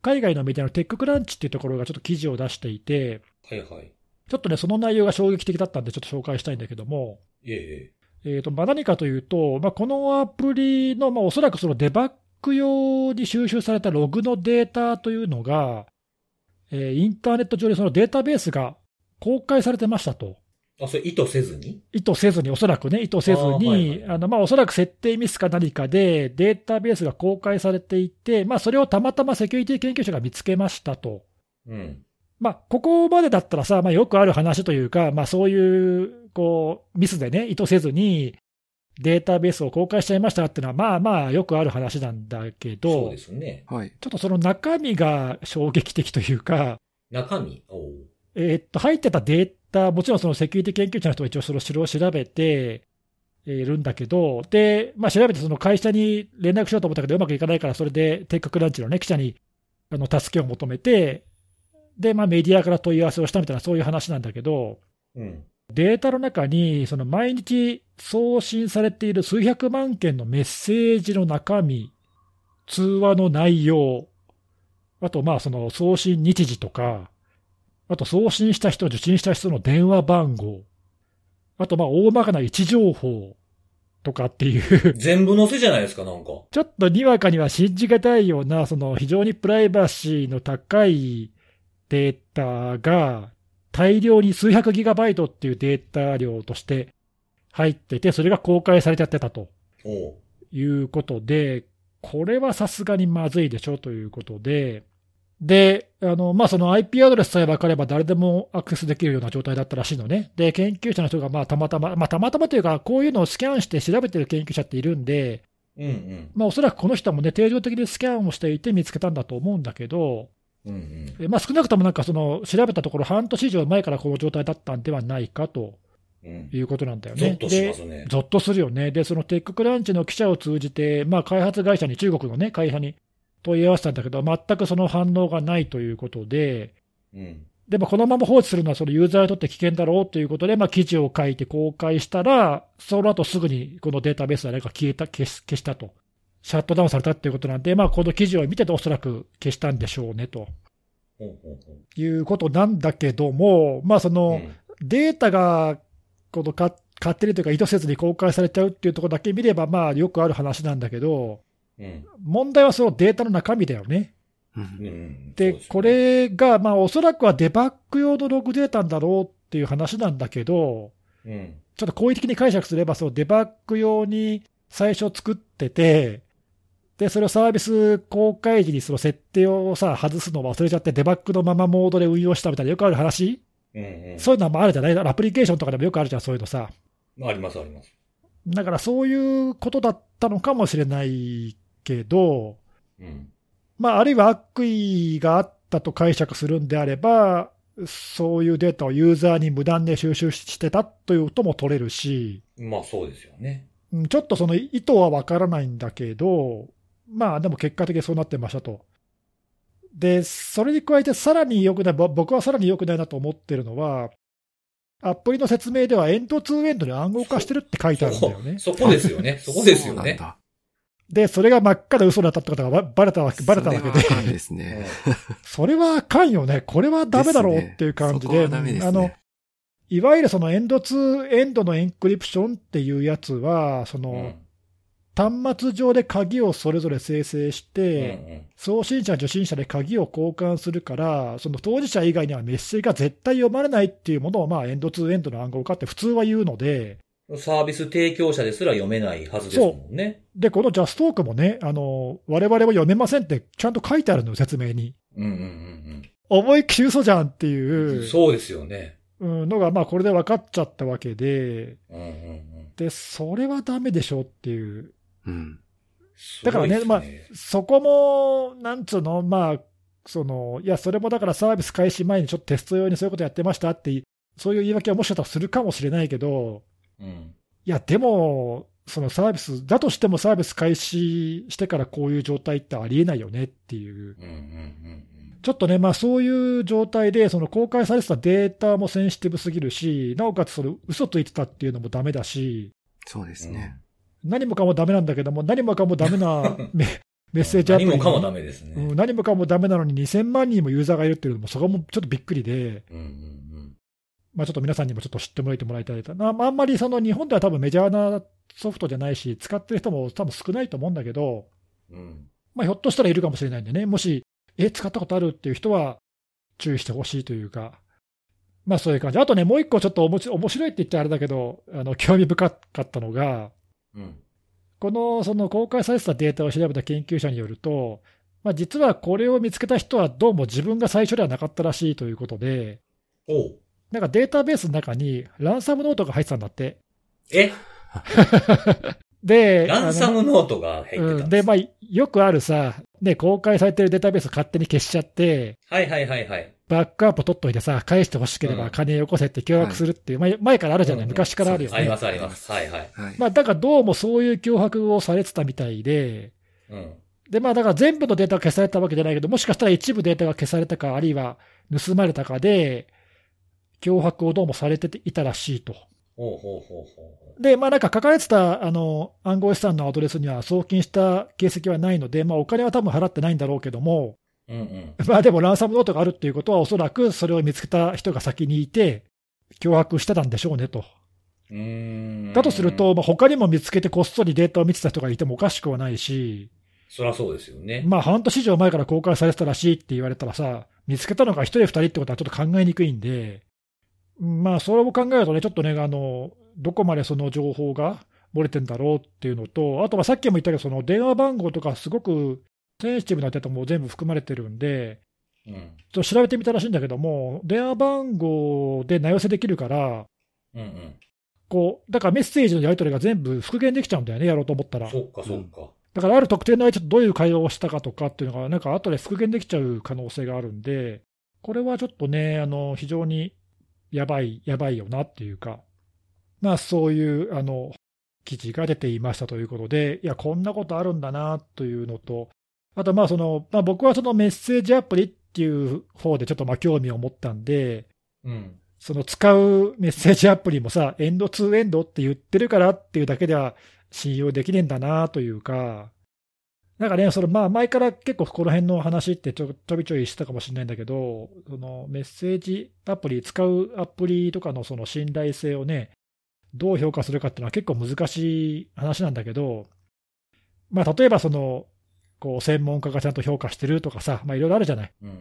S2: 海外のメディアのテッククランチっていうところがちょっと記事を出していて、
S1: はいはい。
S2: ちょっとね、その内容が衝撃的だったんで、ちょっと紹介したいんだけども、
S1: ええ。
S2: えーとまあ、何かというと、まあ、このアプリの、まあ、おそらくそのデバッグ用に収集されたログのデータというのが、えーインターネット上でそのデータベースが公開されてましたと。
S1: あ、それ意図せずに
S2: 意図せずに、おそらくね、意図せず
S1: あーはいはい
S2: に、あの、まあ、おそらく設定ミスか何かで、データベースが公開されていて、まあ、それをたまたまセキュリティ研究者が見つけましたと。
S1: うん。
S2: まあ、ここまでだったらさ、まあ、よくある話というか、まあ、そういう、こう、ミスでね、意図せずに、データベースを公開しちゃいましたっていうのは、まあまあ、よくある話なんだけ
S1: そう
S2: ど、
S1: で
S2: ち
S1: すね。
S3: はい。
S2: ょっとその中身が衝撃的というか、
S1: 中身。おう
S2: えーっと、入ってたデータ、もちろんそのセキュリティ研究者の人が一応それをそれを調べてえーいるんだけど、で、まあ、調べてその会社に連絡しようと思ったけど、うまくいかないから、それでテッククランチのね、記者にあの助けを求めて、で、まあ、メディアから問い合わせをしたみたいな、そういう話なんだけど、
S1: うん。
S2: データの中に、その毎日送信されている数百万件のメッセージの中身、通話の内容、あとまあその送信日時とか、あと送信した人、受信した人の電話番号、あとまあ大まかな位置情報とかっていう、
S1: 全部載せじゃないですか、なんか。
S2: ちょっとにわかには信じがたいような、その非常にプライバシーの高いデータが、大量に数百ギガバイトっていうデータ量として入ってて、それが公開されちゃってたと
S1: おう
S2: いうことで、これはさすがにまずいでしょということで、で、あの、まあ、その IP アドレスさえ分かれば誰でもアクセスできるような状態だったらしいのね。で、研究者の人がまあ、たまたま、まあ、たまたまというか、こういうのをスキャンして調べてる研究者っているんで、
S1: うんうん。
S2: まあ、おそらくこの人もね、定常的にスキャンをしていて見つけたんだと思うんだけど、
S1: うんうん。
S2: えまあ、少なくともなんかその、調べたところ、半年以上前からこの状態だったんではないかと
S1: うん
S2: いうことなんだよ
S1: ゾ
S2: ね。
S1: ッとしますね
S2: で。ゾッとするよね。で、そのテッククランチの記者を通じて、まあ、開発会社に、中国のね、会社に問い合わせたんだけど、全くその反応がないということで、
S1: うん。
S2: でもこのまま放置するのはそのユーザーにとって危険だろうということで、まあ、記事を書いて公開したら、その後すぐにこのデータベースは何か消えた消し消したと、シャットダウンされたということなんで、まあ、この記事を見てて、おそらく消したんでしょうねと
S1: ほうほうほう
S2: いうことなんだけども、まあ、その
S1: うん
S2: データがこのか勝手にというか、意図せずに公開されちゃうっていうところだけ見れば、まあ、よくある話なんだけど、
S1: うん。
S2: 問題はそのデータの中身だよね。
S3: うん
S1: うん
S2: で、
S1: そうすね
S2: これが、まあ、おそらくはデバッグ用のログデータなんだろうっていう話なんだけど、
S1: うん。
S2: ちょっと好意的に解釈すれば、そのデバッグ用に最初作ってて、で、それをサービス公開時にその設定をさ、外すのを忘れちゃって、デバッグのままモードで運用したみたいな、よくある話、
S1: うんうん。
S2: そういうのはまああるじゃないアプリケーションとかでもよくあるじゃん、そういうのさ。
S1: ありますあります。
S2: だからそういうことだったのかもしれないけど、
S1: うん。
S2: まあ、あるいは悪意があったと解釈するんであれば、そういうデータをユーザーに無断で収集してたというとも取れるし、
S1: まあそうですよね。
S2: うんちょっとその意図はわからないんだけど、まあでも結果的にそうなってましたと。で、それに加えてさらに良くない、ぼ僕はさらに良くないなと思ってるのは、アプリの説明ではエンドツーエンドに暗号化してるって書いてあるんだよね。
S1: そこですよ ね。そこですよね
S3: そう。なんだ
S2: で、それが真っ赤な嘘だったってことがばバレたわけ、バレたわけで。
S3: それはあかんですね。
S2: それはあかんよね、これは ダメだろうっていう感じで、
S3: ですねそこはダメですね
S2: あのいわゆるそのエンド2エンドのエンクリプションっていうやつは、そうの
S1: ん
S2: 端末上で鍵をそれぞれ生成し
S1: うんう
S2: て、
S1: ん
S2: 送信者、受信者で鍵を交換するから、その当事者以外にはメッセージが絶対読まれないっていうものを、まあ、エンド2エンドの暗号化って普通は言うので、
S1: サービス提供者ですら読めないはずですもんね。
S2: でこのジャストークもね、あの我々は読めませんってちゃんと書いてあるのよ、説明に。
S1: うんうんうん
S2: 思いっきり嘘じゃんって
S1: う
S2: い
S1: ん。
S2: う。
S1: そうですよね。
S2: うんのが、まあ、これで分かっちゃったわけで、
S1: うんうんうん。
S2: で、それはダメでしょっていう。
S3: うん。
S1: す
S2: だからね
S1: ごいです
S2: まあそこも、なんつうの、まあ、その、いや、それもだからサービス開始前にちょっとテスト用にそういうことやってましたって、そういう言い訳をもしかしたらするかもしれないけど、
S1: うん。
S2: いや、でも、そのサービス、だとしてもサービス開始してからこういう状態ってありえないよねっていう。
S1: うんうんうん
S2: ちょっとね、まあそういう状態で、その公開されてたデータもセンシティブすぎるし、なおかつその嘘ついてたっていうのもダメだし、
S3: そうですね。
S2: 何もかもダメなんだけども、何もかもダメなメメッセージアプリ
S1: 何
S2: に
S1: もかもダメですね。
S2: うん何もかもダメなのに2000万人もユーザーがいるっていうのも、そこもちょっとびっくりで、
S1: うんうん
S2: まあ、ちょっと皆さんにもちょっと知ってもらえてもらいたいな、まあ、あんまりその日本では多分メジャーなソフトじゃないし、使ってる人も多分少ないと思うんだけど、
S1: うん。うん。
S2: まあ、ひょっとしたらいるかもしれないんでね、もし、え、使ったことあるっていう人は注意してほしいというか、まあそういう感じ。あとね、もう一個ちょっとおもち面白いって言っちゃあれだけど、あの興味深かったのが、
S1: うん。
S2: このその公開されてたデータを調べた研究者によると、まあ、実はこれを見つけた人はどうも自分が最初ではなかったらしいということで、
S1: おう。
S2: なんかデータベースの中にランサムノートが入ってたんだって。
S1: え、
S2: で、
S1: ランサムノートが
S2: あ
S1: 入
S2: の
S1: って
S2: う
S1: た
S2: ん
S1: ん
S2: で、
S1: です。
S2: まあ、よくあるさ、ね、公開されてるデータベース勝手に消しちゃって、
S1: はいはいはいはい。
S2: バックアップ取っといてさ、返してほしけれ
S3: う
S2: ば
S3: ん
S2: 金よこせって脅迫するっていう、前前からあるじゃない、
S1: うんうん
S2: 昔からあるよ
S3: そ
S1: あ
S3: うで
S1: り
S2: ね
S1: ま。すあります。はいはい。
S3: はい。
S2: まあ、だからどうもそういう脅迫をされてたみたいで、
S1: うん。
S2: で、まあ、だから全部のデータが消されたわけじゃないけど、もしかしたら一部データが消されたか、あるいは盗まれたかで、脅迫をどうもされていたらしいと。
S1: おうほうほうほうほ
S2: で、まあ、なんか書かれてたあの暗号資産のアドレスには送金した形跡はないので、まあ、お金は多分払ってないんだろうけども、
S1: う。うんうん。
S2: まあでもランサムノートがあるっていうことは、おそらくそれを見つけた人が先にいて、脅迫してたんでしょうねと。
S1: うーん。
S2: だとすると、、まあ、他にも見つけてこっそりデータを見てた人がいてもおかしくはないし、
S1: そりゃそうですよね。
S2: まあ半年以上前から公開されてたらしいって言われたらさ、見つけたのが一人二人ってことはちょっと考えにくいんで、うんまあそれを考えるとね、ちょっとね、あの、どこまでその情報が漏れてんだろうっていうのと、あとはさっきも言ったけど、その電話番号とかすごくセンシティブなデータも全部含まれてるんで、
S1: うん。
S2: ちょっと調べてみたらしいんだけども、電話番号で名寄せできるから、
S1: うんうん。
S2: こうだからメッセージのやり取りが全部復元できちゃうんだよね、やろうと思ったら。
S1: そっかそっか。
S2: だからある特定の相手とどういう会話をしたかとかっていうのが、なんか後で復元できちゃう可能性があるんで、これはちょっとね、あの非常にやばい、やばいよなっていうか、まあそういうあの記事が出ていましたということで、いや、こんなことあるんだなというのと、あとまあその、まあ、僕はそのメッセージアプリっていう方でちょっとまあ興味を持ったんで、
S1: うん。
S2: その使うメッセージアプリもさ、エンドツーエンドって言ってるからっていうだけでは信用できねえんだなというか、なんかね、そのまあ前から結構この辺の話ってちょちょびちょいしてたかもしれないんだけど、そのメッセージアプリ、使うアプリとかのその信頼性をね、どう評価するかっていうのは結構難しい話なんだけど、まあ例えばその、こう専門家がちゃんと評価してるとかさ、まあいろいろあるじゃない。
S1: うんうんうん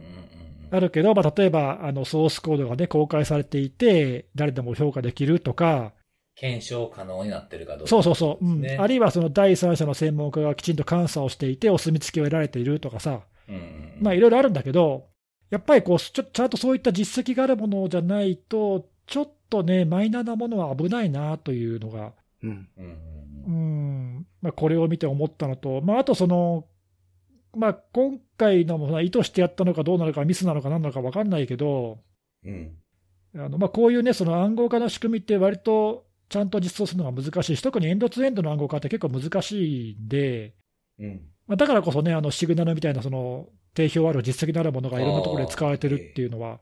S2: あるけど、まあ、例えばあのソースコードが、ね、公開されていて、誰でも評価できるとか、
S1: 検証可能になってるかどうか。
S2: そうそうそう、うん
S1: ね
S2: あるいはその第三者の専門家がきちんと監査をしていて、お墨付きを得られているとかさ、
S1: うんうんうん。
S2: まあ、いろいろあるんだけど、やっぱりこうちょちゃんとそういった実績があるものじゃないと、ちょっとね、マイナーなものは危ないなというのが、
S3: うん。
S1: うんうん
S2: う
S1: うん。
S2: んまあ、これを見て思ったのと、まあ、あとその、まあ、今回のもまあ意図してやったのかどうなのか、ミスなのか何なのか分かんないけど、
S1: うん。
S2: あのまあ、こういうね、その暗号化の仕組みって、割とちゃんと実装するのが難しいし、特にエンドツーエンドの暗号化って結構難しいんで、
S1: うん。
S2: まあ、だからこそね、あのシグナルみたいなその定評ある実績のあるものがいろんなところで使われてるっていうのは、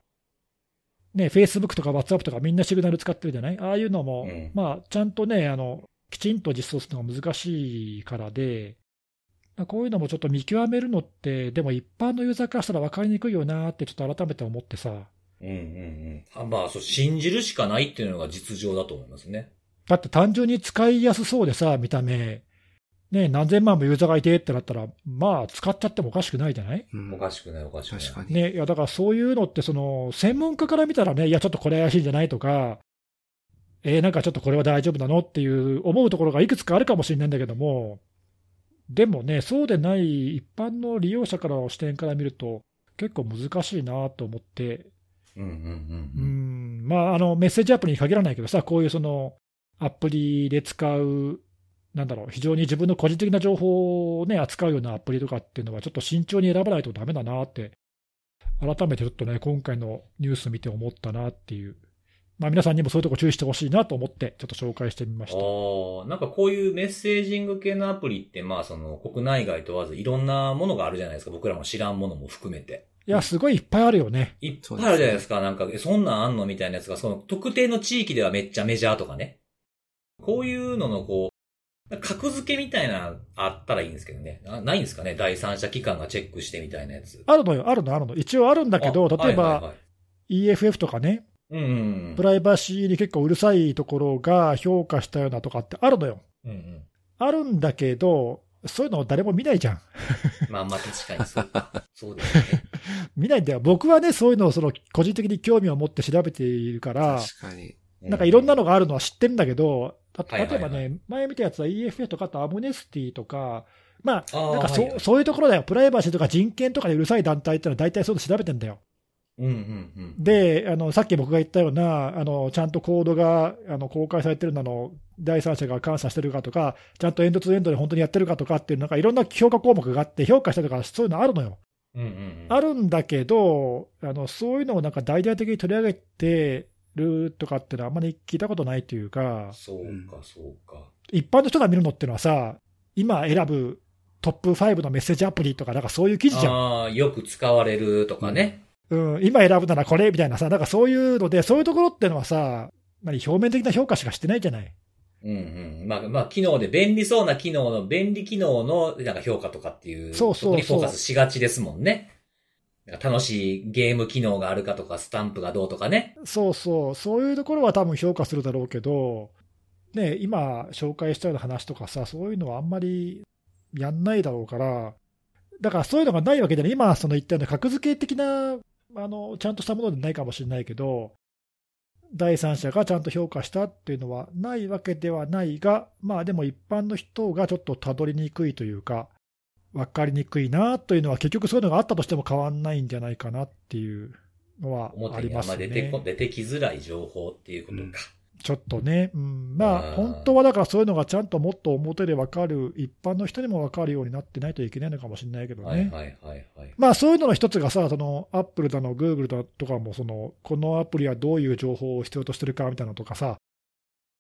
S2: ね、Facebook とか WhatsApp とかみんなシグナル使ってるじゃないああいうのも、
S1: うん
S2: まあ、ちゃんとねあの、きちんと実装するのが難しいからで、まあこういうのもちょっと見極めるのって、でも一般のユーザーからしたら分かりにくいよなってちょっと改めて思ってさ。
S1: うんうんうんあ。まあ、そう、信じるしかないっていうのが実情だと思いますね。
S2: だって単純に使いやすそうでさ、見た目、ね、何千万もユーザーがいてってなったら、まあ、使っちゃってもおかしくないじゃない、
S3: うん
S1: おかしくないおかしくない。
S3: 確かに。
S2: ね、いやだからそういうのってその、専門家から見たらね、いや、ちょっとこれ怪しいんじゃないとか、えーなんかちょっとこれは大丈夫なのっていう思うところがいくつかあるかもしれないんだけども、でもね、そうでない一般の利用者からの視点から見ると、結構難しいなと思って、
S1: うんうんう
S2: う
S1: んうん。
S2: んまあ、あのメッセージアプリに限らないけどさ、こういうそのアプリで使う、なんだろう、非常に自分の個人的な情報を、ね、扱うようなアプリとかっていうのは、ちょっと慎重に選ばないとダメだなって、改めてちょっとね、今回のニュース見て思ったなっていう、まあ、皆さんにもそういうとこ注意してほしいなと思って、ちょっと紹介してみました。
S1: ああ、なんかこういうメッセージング系のアプリって、まあその国内外問わずいろんなものがあるじゃないですか。僕らも知らんものも含めて。
S2: いや、すごいいっぱいあるよね。
S1: いっぱいあるじゃないですか。なんか、えそんなんあんのみたいなやつが、その特定の地域ではめっちゃメジャーとかね。こういうののこ格付けみたいな、あったらいいんですけどね。なないんですかね第三者機関がチェックしてみたいなやつ。
S2: あるのよ、あるの、あるの。一応あるんだけど、
S1: あ
S2: 例えば、
S1: はいはいはい
S2: EFF とかね、
S1: うんうん
S2: プライバシーに結構うるさいところが評価したようなとかってあるのよ。
S1: うん。うんうん。
S2: あるんだけど、そういうの誰も見ないじゃん。
S1: まあまあ確かにそう か。そうですね。
S2: 見ないんだよ。僕はね、そういうのをその個人的に興味を持って調べているから、
S3: 確かに。
S2: なんかいろんな
S1: の。
S2: のがあるのは知ってるんだけど、た
S1: はいはい
S2: 例えば
S1: は
S2: ね、前見たやつは EFF とかあとアムネスティとか、まあ、
S1: ああ
S2: なんかそ,、
S1: はいはいう
S2: そういうところだよ。プライバシーとか人権とかでうるさい団体ってのは大体そういうの調べてんだよ。
S1: うんうんうん。
S2: で、あのさっき僕が言ったような、あのちゃんとコードがあの公開されてるなの、第三者が監査してるかとか、ちゃんとエンドツーエンドで本当にやってるかとかっていう、なんかいろんな評価項目があって、評価したりとか、そういうのあるのよ。
S1: うんうんうん。
S2: あるんだけど、あのそういうのをなんか大々的に取り上げてるとかっていうのは、あんまり聞いたことないというか、
S1: そうか、そうか。
S2: 一般の人が見るのっていうのはさ、今選ぶトップ5のメッセージアプリとか、なんかそういう記事じゃん。
S1: ああ、よく使われるとかね。
S2: うん、今選ぶならこれみたいなさ、なんかそういうので、そういうところってのはさ、何表面的な評価しかしてないじゃない。
S1: うんうん。まあ、まあ、機能で便利そうな機能の、便利機能の、なんか評価とかっていう、
S2: そう
S1: と
S2: そうそう
S1: こにフォーカスしがちですもんね。なんか楽しいゲーム機能があるかとか、スタンプがどうとかね。
S2: そうそう、そういうところは多分評価するだろうけど、ね、今紹介したような話とかさ、そういうのはあんまりやんないだろうから、だからそういうのがないわけでね、今その言ったような格付け的な、あの、ちゃんとしたものでないかもしれないけど、第三者がちゃんと評価したっていうのはないわけではないが、まあでも一般の人がちょっとたどりにくいというか、分かりにくいなというのは、結局そういうのがあったとしても変わんないんじゃないかなっていうのはあ
S1: 表
S2: り
S1: にあ
S2: ま
S1: んます出
S2: ね。
S1: てこ、出てきづらい情報っていうことか。
S2: ちょっとね、うん、ま
S1: うん
S2: あ、本当はだからそういうのがちゃんともっと表で分かる、一般の人にも分かるようになってないといけないのかもしれないけどね。
S1: はいはいはいはい。
S2: まあ、そういうのの一つがさ、そのアップルだの、グーグルだとかもその、このアプリはどういう情報を必要としてるかみたいなのとかさ、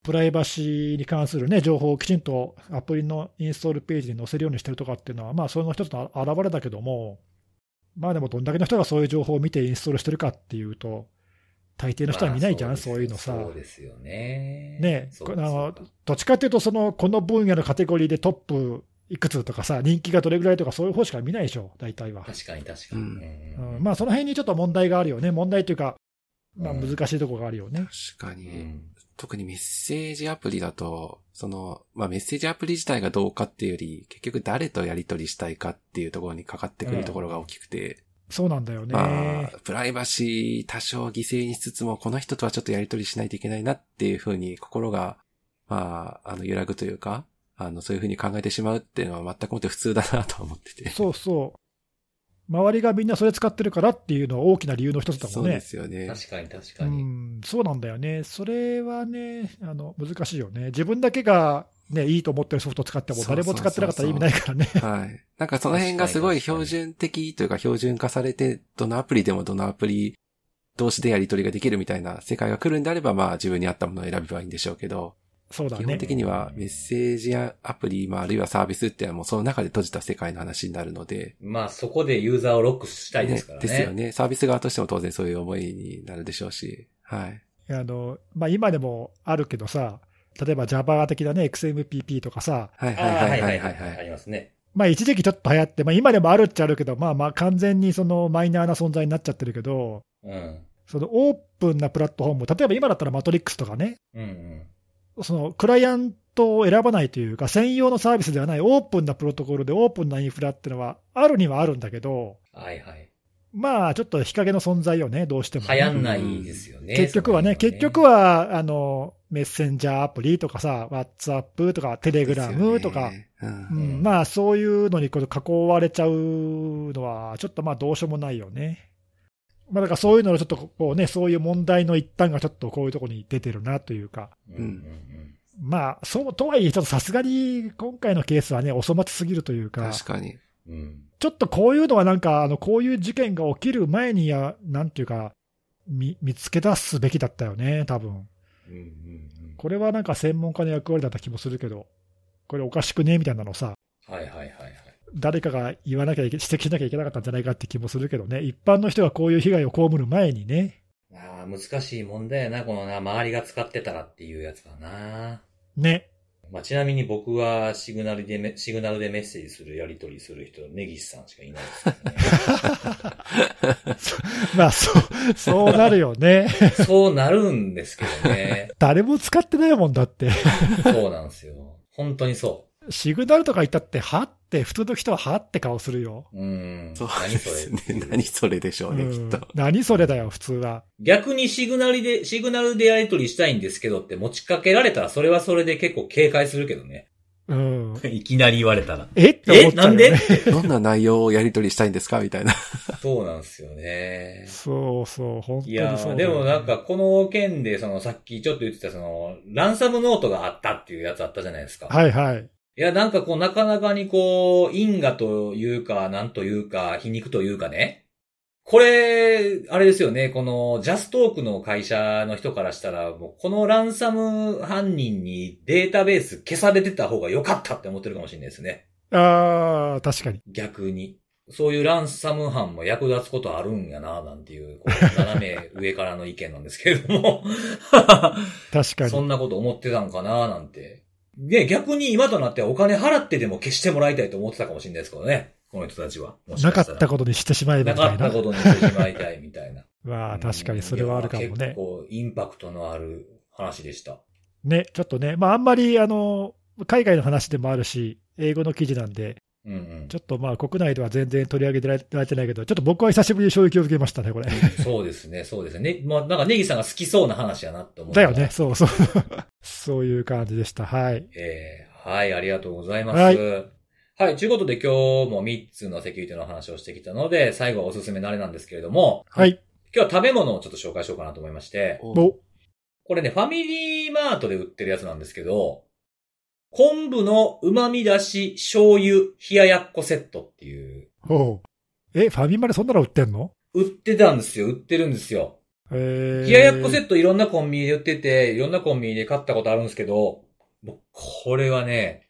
S2: プライバシーに関する、ね、情報をきちんとアプリのインストールページに載せるようにしてるとかっていうのは、まあ、それの一つの表れだけども、まあでも、どんだけの人がそういう情報を見てインストールしてるかっていうと、大抵の人は見ないじゃん、
S1: まあ
S2: そういうのさ。
S1: そうですよね。
S2: ね
S1: そ
S2: こ
S1: う
S2: あ
S1: か
S2: のどっちかっていうとその、この分野のカテゴリーでトップいくつとかさ、人気がどれぐらいとか、そういう方しか見ないでしょ、大体は。
S1: 確かに確かに。
S3: うん
S2: うんまあ、その辺にちょっと問題があるよね、問題というか、まあ、
S1: うん
S2: 難しいところがあるよね。
S3: 確か
S1: う
S3: に。
S1: ん
S3: 特にメッセージアプリだと、その、まあ、メッセージアプリ自体がどうかっていうより、結局誰とやり取りしたいかっていうところにかかってくるところが大きくて、
S2: そうなんだよ
S3: ま
S2: ね。
S3: あ、プライバシー多少犠牲にしつつも、この人とはちょっとやり取りしないといけないなっていうふうに心が、まあ、あの、揺らぐというか、あの、そういうふうに考えてしまうっていうのは全くもって普通だなと思ってて。
S2: そうそう。周りがみんなそれ使ってるからっていうのは大きな理由の一つだ
S3: そ
S2: も
S3: うんで
S2: ね。
S3: すよね。
S1: 確かに確
S2: う
S1: かに。
S2: ん、そうなんだよね。それはね、あの難しいよね。自分だけが、ね、いいと思ってるソフトを使っても、誰も使ってなかったら意味ないからね。
S3: はい。なんかその辺がすごい
S1: 確かに
S3: 標準的というか標準化されて、どのアプリでもどのアプリ同士でやり取りができるみたいな世界が来るんであれば、まあ自分に合ったものを選べばいいんでしょうけど、
S2: そうだ
S3: 基
S2: ね
S3: 本。的にはメッセージやアプリ、まああるいはサービスっていうのはもうその中で閉じた世界の話になるので、
S1: まあ、そこでユーザーをロックしたいですからね。
S3: ですよね。サービス側としても当然そういう思いになるでしょうし、はい。
S2: あのまあ、今でもあるけどさ、例えば Java 的なね、XMPP とかさ、
S3: はい
S1: あ
S3: は
S1: あ
S3: い
S1: は
S3: はい
S1: い
S3: は
S1: はいい
S3: は、
S1: はい
S3: はい
S1: い。ありますね。
S2: まあ、一時期ちょっと流行って、まあ、今でもあるっちゃあるけど、まあまあ完全にそのマイナーな存在になっちゃってるけど、
S1: うん。
S2: そのオープンなプラットフォーム、例えば今だったらマトリックスとかね、
S1: うんうん。
S2: そのクライアントを選ばないというか、専用のサービスではないオープンなプロトコルでオープンなインフラっていうのはあるにはあるんだけど、
S1: はいはい。
S2: まあちょっと日陰の存在よね、どうしてもね、
S1: 流行んないですよね。
S2: 結局はね、
S1: その
S2: 結局
S1: 辺
S2: はあのメッセンジャーアプリとかさ、WhatsApp とか
S3: テ
S2: Telegram とか。
S3: うん
S2: う。、
S1: うんん
S2: まあそういうのにこう囲われちゃうのは、ちょっとまあどうしようもないよね。まあ、だからそういうののちょっとこうね、そういう問題の一端がちょっとこういうところに出てるなというか、
S1: うんうん
S2: まあ、そうとはいえ、ちょっとさすがに今回のケースはね、お粗末すぎるというか、
S3: 確かに。
S1: うんうん。
S2: ちょっとこういうのはなんか、あのこういう事件が起きる前にや、なんていうか、見見つけ出すべきだったよね、多分
S1: うんうんうん
S2: これはなんか専門家の役割だった気もするけど、これおかしくねみたいなのさ、
S1: うん。はいはいはいはい。
S2: 誰かが言わなきゃいけ、指摘しなきゃいけなかったんじゃないかって気もするけどね、一般の人がこういう被害を被る前にね、
S1: ああ、難しい問題やな、このな、周りが使ってたらっていうやつだな。
S2: ね、
S1: うまあ、ちなみに僕はシグナルでメ、シグナルでメッセージする、やり取りする人、根岸さんしかいないです
S2: まあ、そう、そうなるよね。
S1: けどね。そうなるんですけどね。
S2: 誰も使ってないもんだって。
S1: そうなんですよ。本当にそ
S2: シグナルとか言ったって、はって、普通の人ははって顔するよ。
S1: う。うん。
S3: そう
S1: 何
S3: で
S1: それ
S3: す
S1: っ
S3: ね
S1: てい。う
S3: 何それでしょうね、きっと。
S2: 何それだよ、普通は。
S1: 逆にシグナルで、シグナルでやり取りしたいんですけどって持ちかけられたら、それはそれで結構警戒するけどね。
S2: うん。
S1: いきなり言われたら。
S2: えって思
S1: え
S2: っちゃ
S1: な
S2: うよ
S1: ん
S2: ね
S1: で
S3: どんな内容をやり取りしたいんですかみたいな。
S1: そうなんですよね。
S2: そうそう、本当
S1: い
S2: にそうだ
S1: や
S2: よね、
S1: ー、でもなんかこの件で、そのさっきちょっと言ってたその、ランサムノートがあったっていうやつあったじゃないですか。
S2: はいはい。
S1: いや、なんかこう、なかなかにこう、因果というか、なんというか、皮肉というかね。これ、あれですよね、この、ジャストークの会社の人からしたら、もう、このランサム犯人にデータベース消されてた方が良かったって思ってるかもしれないですね。
S2: ああ、確かに。
S1: 逆に。そういうランサム犯も役立つことあるんやな、なんていう、こう、斜め上からの意見なんですけれども。
S2: 確か
S1: そ
S2: に。
S1: んなこと思ってたんかななんて。で、逆に今となってはお金払ってでも消してもらいたいと思ってたかもしれないですけどね。この人たちは。もし
S2: なか
S1: し
S2: っ
S1: ら
S2: たことにしてしまえば
S1: な
S2: み
S1: か
S2: たい
S1: ったこ
S2: な。
S1: とにしてしまいたいみたいな。
S2: まあ、確かにそれはあるかも
S1: いや結
S2: ね。
S1: 構インパクトのある話でした。
S2: ね、ちょっとね、まあ、あんまり、あの、海外の話でもあるし、英語の記事なんで、
S1: うんうん
S2: ち。ょっとまあ、国内では全然取り上げられてないけど、ちょっと僕は久しぶりに衝撃を受けましたね、これ。
S1: そうですね、そうですね。ねまあ、なんかネギさんが好きそうな話やなって思う。
S2: だよね、。そう そう。そういう感じでした。はい。
S1: えー、はい、ありがとうございます。は
S2: はいい。
S1: ということで今日も3つのセキュリティの話をしてきたので、最後はおすすめのあれなんですけれども、
S2: はい。
S1: 今日は食べ物をちょっと紹介しようかなと思いまして、
S2: お、
S1: これね、ファミリーマートで売ってるやつなんですけど、昆布の旨味だし醤油冷ややっこセットっていう、
S2: おうえ、ファミマでそんなの売ってんの
S1: 売ってたんですよ、売ってるんですよ。
S2: えー、
S1: 冷ややっこセットいろんなコンビニで売ってて、いろんなコンビニで買ったことあるんですけど、もうこれはね、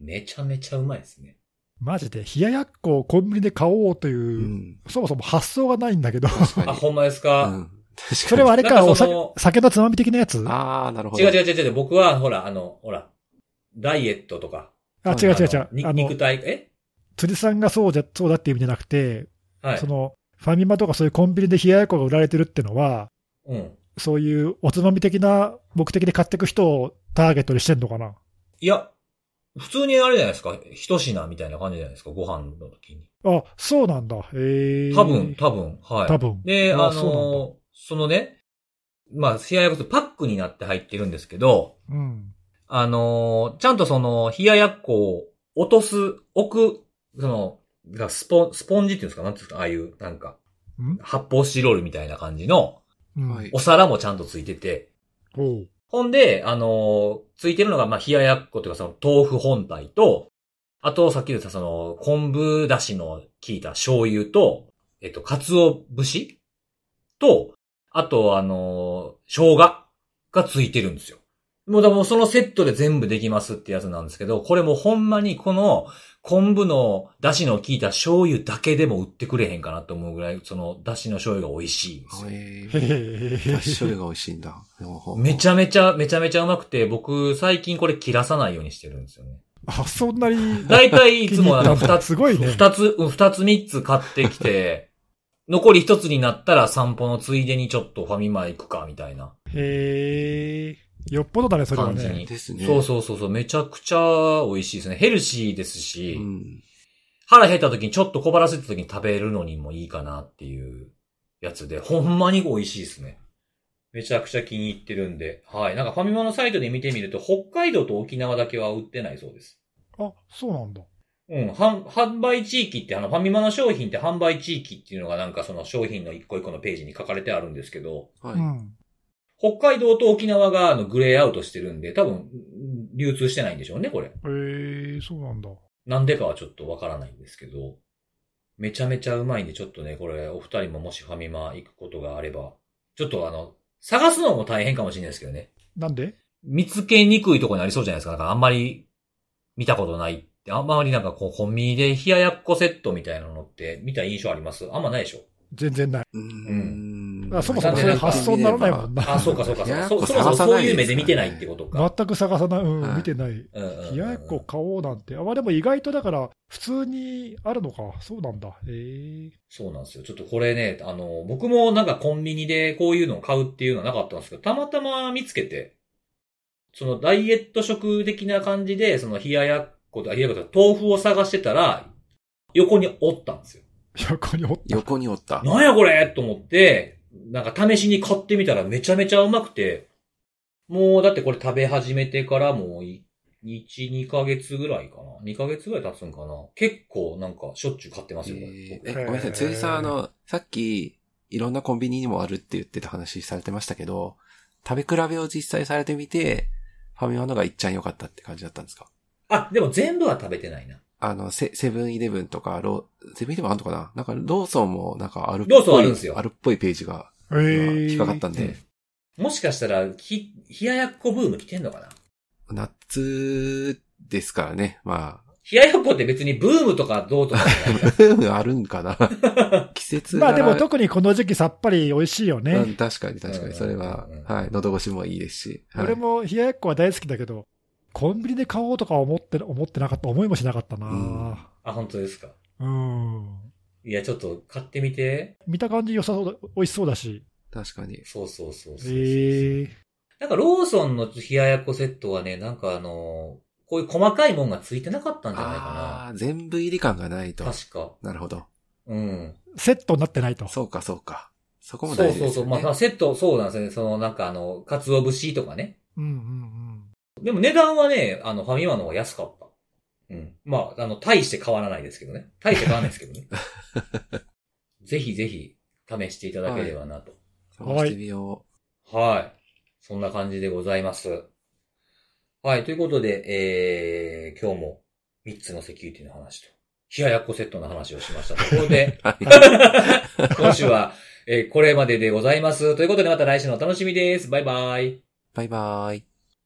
S1: めちゃめちゃうまいですね。
S2: マジで、冷ややっこをコンビニで買おうという、
S3: うん。
S2: そもそも発想がないんだけど、
S3: 確かに。
S1: あ、ほんまですか、
S3: うん。確
S2: そ
S3: かに
S2: れ。はあれ
S1: な
S2: か、
S1: んか
S2: お
S1: そ
S2: 酒
S1: の
S2: 酒のつまみ的なやつあ
S3: ああ、なるほど。
S1: 違う違う違う違う、僕はほら、あの、ほら、ダイエットとか。
S2: 違う違
S1: あ
S2: う
S1: のに
S2: 違う。あの
S1: 肉、体、え
S2: 釣りさんがそうじゃ、そうだっていう意味じゃなくて、
S1: はい
S2: そ。の、ファミマとかそういうコンビニで冷ややっこが売られてるってのは、
S1: うん。
S2: そういうおつまみ的な目的で買っていく人をターゲットにしてんのかな。
S1: いや、普通にあれじゃないですか。一品みたいな感じじゃないですか。ご飯の時に。
S2: あ、そうなんだ。えー、
S1: 多分、多分、はい。
S2: 多分。
S1: で、あの
S2: あそうなん
S1: そのね、まあ、冷ややっこってパックになって入ってるんですけど、
S2: うん。
S1: あのーちゃんとその、冷ややっこを落とす、置く、その、がスポン、スポンジっていうんですかなんていうんですかああいう、なんか
S2: ん、
S1: 発泡スチロールみたいな感じの、
S2: うん。
S3: はい
S1: お皿もちゃんとついてて、
S2: おう
S1: ほんで、あのーついてるのが、まあ、冷ややっこというか、その、豆腐本体と、あと、さっき言った、その、昆布だしの効いた醤油と、えっと、鰹節と、あと、あのー生姜がついてるんですよ。もう、だからもうそのセットで全部できますってやつなんですけど、これもうほんまにこの、昆布のだしの効いた醤油だけでも売ってくれへんかなと思うぐらい、その、だしの醤油が美味しいんですよ。
S3: え
S2: へへ
S3: ー
S2: へへ
S3: ダッシュが美味しいんだ。
S1: め
S3: ゃ。
S1: ちゃめちゃ、めちゃめちゃうまくて、僕、最近これ切らさないようにしてるんですよね。
S2: あ、そんなに。
S1: だいたいいつもあの、
S2: 気に入ったんだ
S1: 二つ、
S2: すごいね
S1: 二つ、うん二つ三つ買ってきて、残り一つになったら散歩のついでにちょっとファミマ行くか、みたいな
S2: へえ、よっぽどだね、それは
S1: 感じ
S2: ね。
S1: に。
S3: ですね
S1: そうそうそうそう、めちゃくちゃ美味しいですね。ヘルシーですし、
S3: うん。
S1: 腹減った時にちょっと小腹空いた時に食べるのにもいいかなっていうやつで、ほんまに美味しいですね。めちゃくちゃ気に入ってるんで。はい。なんかファミマのサイトで見てみると、北海道と沖縄だけは売ってないそうです。
S2: あ、そうなんだ。
S1: うん。販販売地域って、あの、ファミマの商品って販売地域っていうのがなんかその商品の一個一個のページに書かれてあるんですけど、
S3: は
S2: う
S3: い。
S2: ん。
S1: 北海道と沖縄があのグレーアウトしてるんで、多分、流通してないんでしょうね、これ。
S2: へえ、そうなんだ。
S1: なんでかはちょっとわからないんですけど、めちゃめちゃうまいんで、ちょっとね、これ、お二人ももしファミマ行くことがあれば、ちょっとあの、探すのも大変かもしれないですけどね。
S2: なんで
S1: 見つけにくいところにありそうじゃないですか。なんかあんまり見たことないって、あんまりなんかこう、コンビニで冷ややっこセットみたいなのって見た印象ありますあんまないでしょ
S2: 全然ない。
S3: うー
S1: ん
S3: ん。
S2: だからそもそもそういう発想にならないもんな。
S1: あ、そうかそうか
S3: い
S1: そう
S3: や
S1: か。
S3: ー
S1: そ
S3: こ
S1: そ
S3: れ
S1: もそも
S3: 探さ
S1: そう
S3: ないですね
S1: いう目で見てないってことか。
S2: 全く探さない、うん
S3: はい
S2: 見てない。
S1: うんうんうんうん
S2: 冷ややっこ買おうなんて、あ、まあでも意外とだから、普通にあるのか、そうなんだ。えー、
S1: そうなんですよ。ちょっとこれね、あの、僕もなんかコンビニでこういうのを買うっていうのはなかったんですけど、たまたま見つけて、そのダイエット食的な感じで、その冷ややっこと、あ冷ややっこと、豆腐を探してたら、横におったんですよ。
S2: 横におった。
S3: 横におった。
S1: なんやこれと思って、なんか試しに買ってみたらめちゃめちゃうまくて、もうだってこれ食べ始めてからもうい1、2ヶ月ぐらいかな。2ヶ月ぐらい経つんかな。結構なんかしょっちゅう買ってますよ、これ
S3: えー
S1: 僕
S3: え、ごめんなさい。辻さん、あの、さっき、いろんなコンビニにもあるって言ってた話されてましたけど、食べ比べを実際されてみて、ファミマのがいっちゃん良かったって感じだったんですか
S1: あ、でも全部は食べてないな。
S3: あの、セセブンイレブンとか、ロー、セブンイレブンあんのかななんか、ローソンもなんかあるっぽい。
S1: ローソンあるんですよ
S3: あるっぽいページが、
S2: え
S3: 今
S2: ー、
S3: 引っかかったん
S1: う
S3: で
S1: ん、もしかしたら、ひ、冷ややっこブーム来てんのかな
S3: 夏ですからね。 まあ、
S1: 冷ややっこって別にブームとかどうとかじゃないか
S3: ブームあるんかな季節
S2: まあでも
S3: と
S2: 特にこの時期さっぱり美味しいよね。
S3: うん、確かに確かに、それは
S1: うんうんうん、
S3: はい、喉越しもいいですし。はい
S2: 俺も冷ややっこは大好きだけど、コンビニで買おうとか思って思ってなかった、思いもしなかったな、
S1: あ、本当ですか。
S2: うん、
S1: いや、ちょっと買ってみて。
S2: 見た感じ良さそうだ、美味しそうだし。
S3: 確かに。
S1: そうそうそうそうそうそう
S2: えー、
S1: なんかローソンの冷ややっこセットはね、なんかあのーこういう細かいもんがついてなかったんじゃない
S3: あ
S1: か
S3: あー、全部入り感がないと
S1: な。。確か。
S3: なるほど。
S1: うん。
S2: セットになってないと。
S3: そうか、そうか。そこ
S1: そ
S3: も
S1: う
S3: 大事
S1: そ
S3: で
S1: う
S3: す
S1: そ
S3: よ
S1: う。
S3: ね。
S1: まあまあ、セット、そうなんですよね。そのなんかあの、鰹節とかね。
S2: うんうん
S1: でも値段はね、あの、ファミマの方が安かった。うん。まあ、あの、大して変わらないですけどね。大して変わらないですけど ね。ぜひぜひ、試していただければなと。
S3: そうしてみよ
S1: はい。そんな感じでございます。はい。ということで、えー、今日も3つのセキュリティの話と、冷ややっこセットの話をしました。ところ で、
S3: う。はい。
S1: 今週は、えーこれまででございます。ということでまた来週のお楽しみです。バイバイ。
S3: バイバーイ。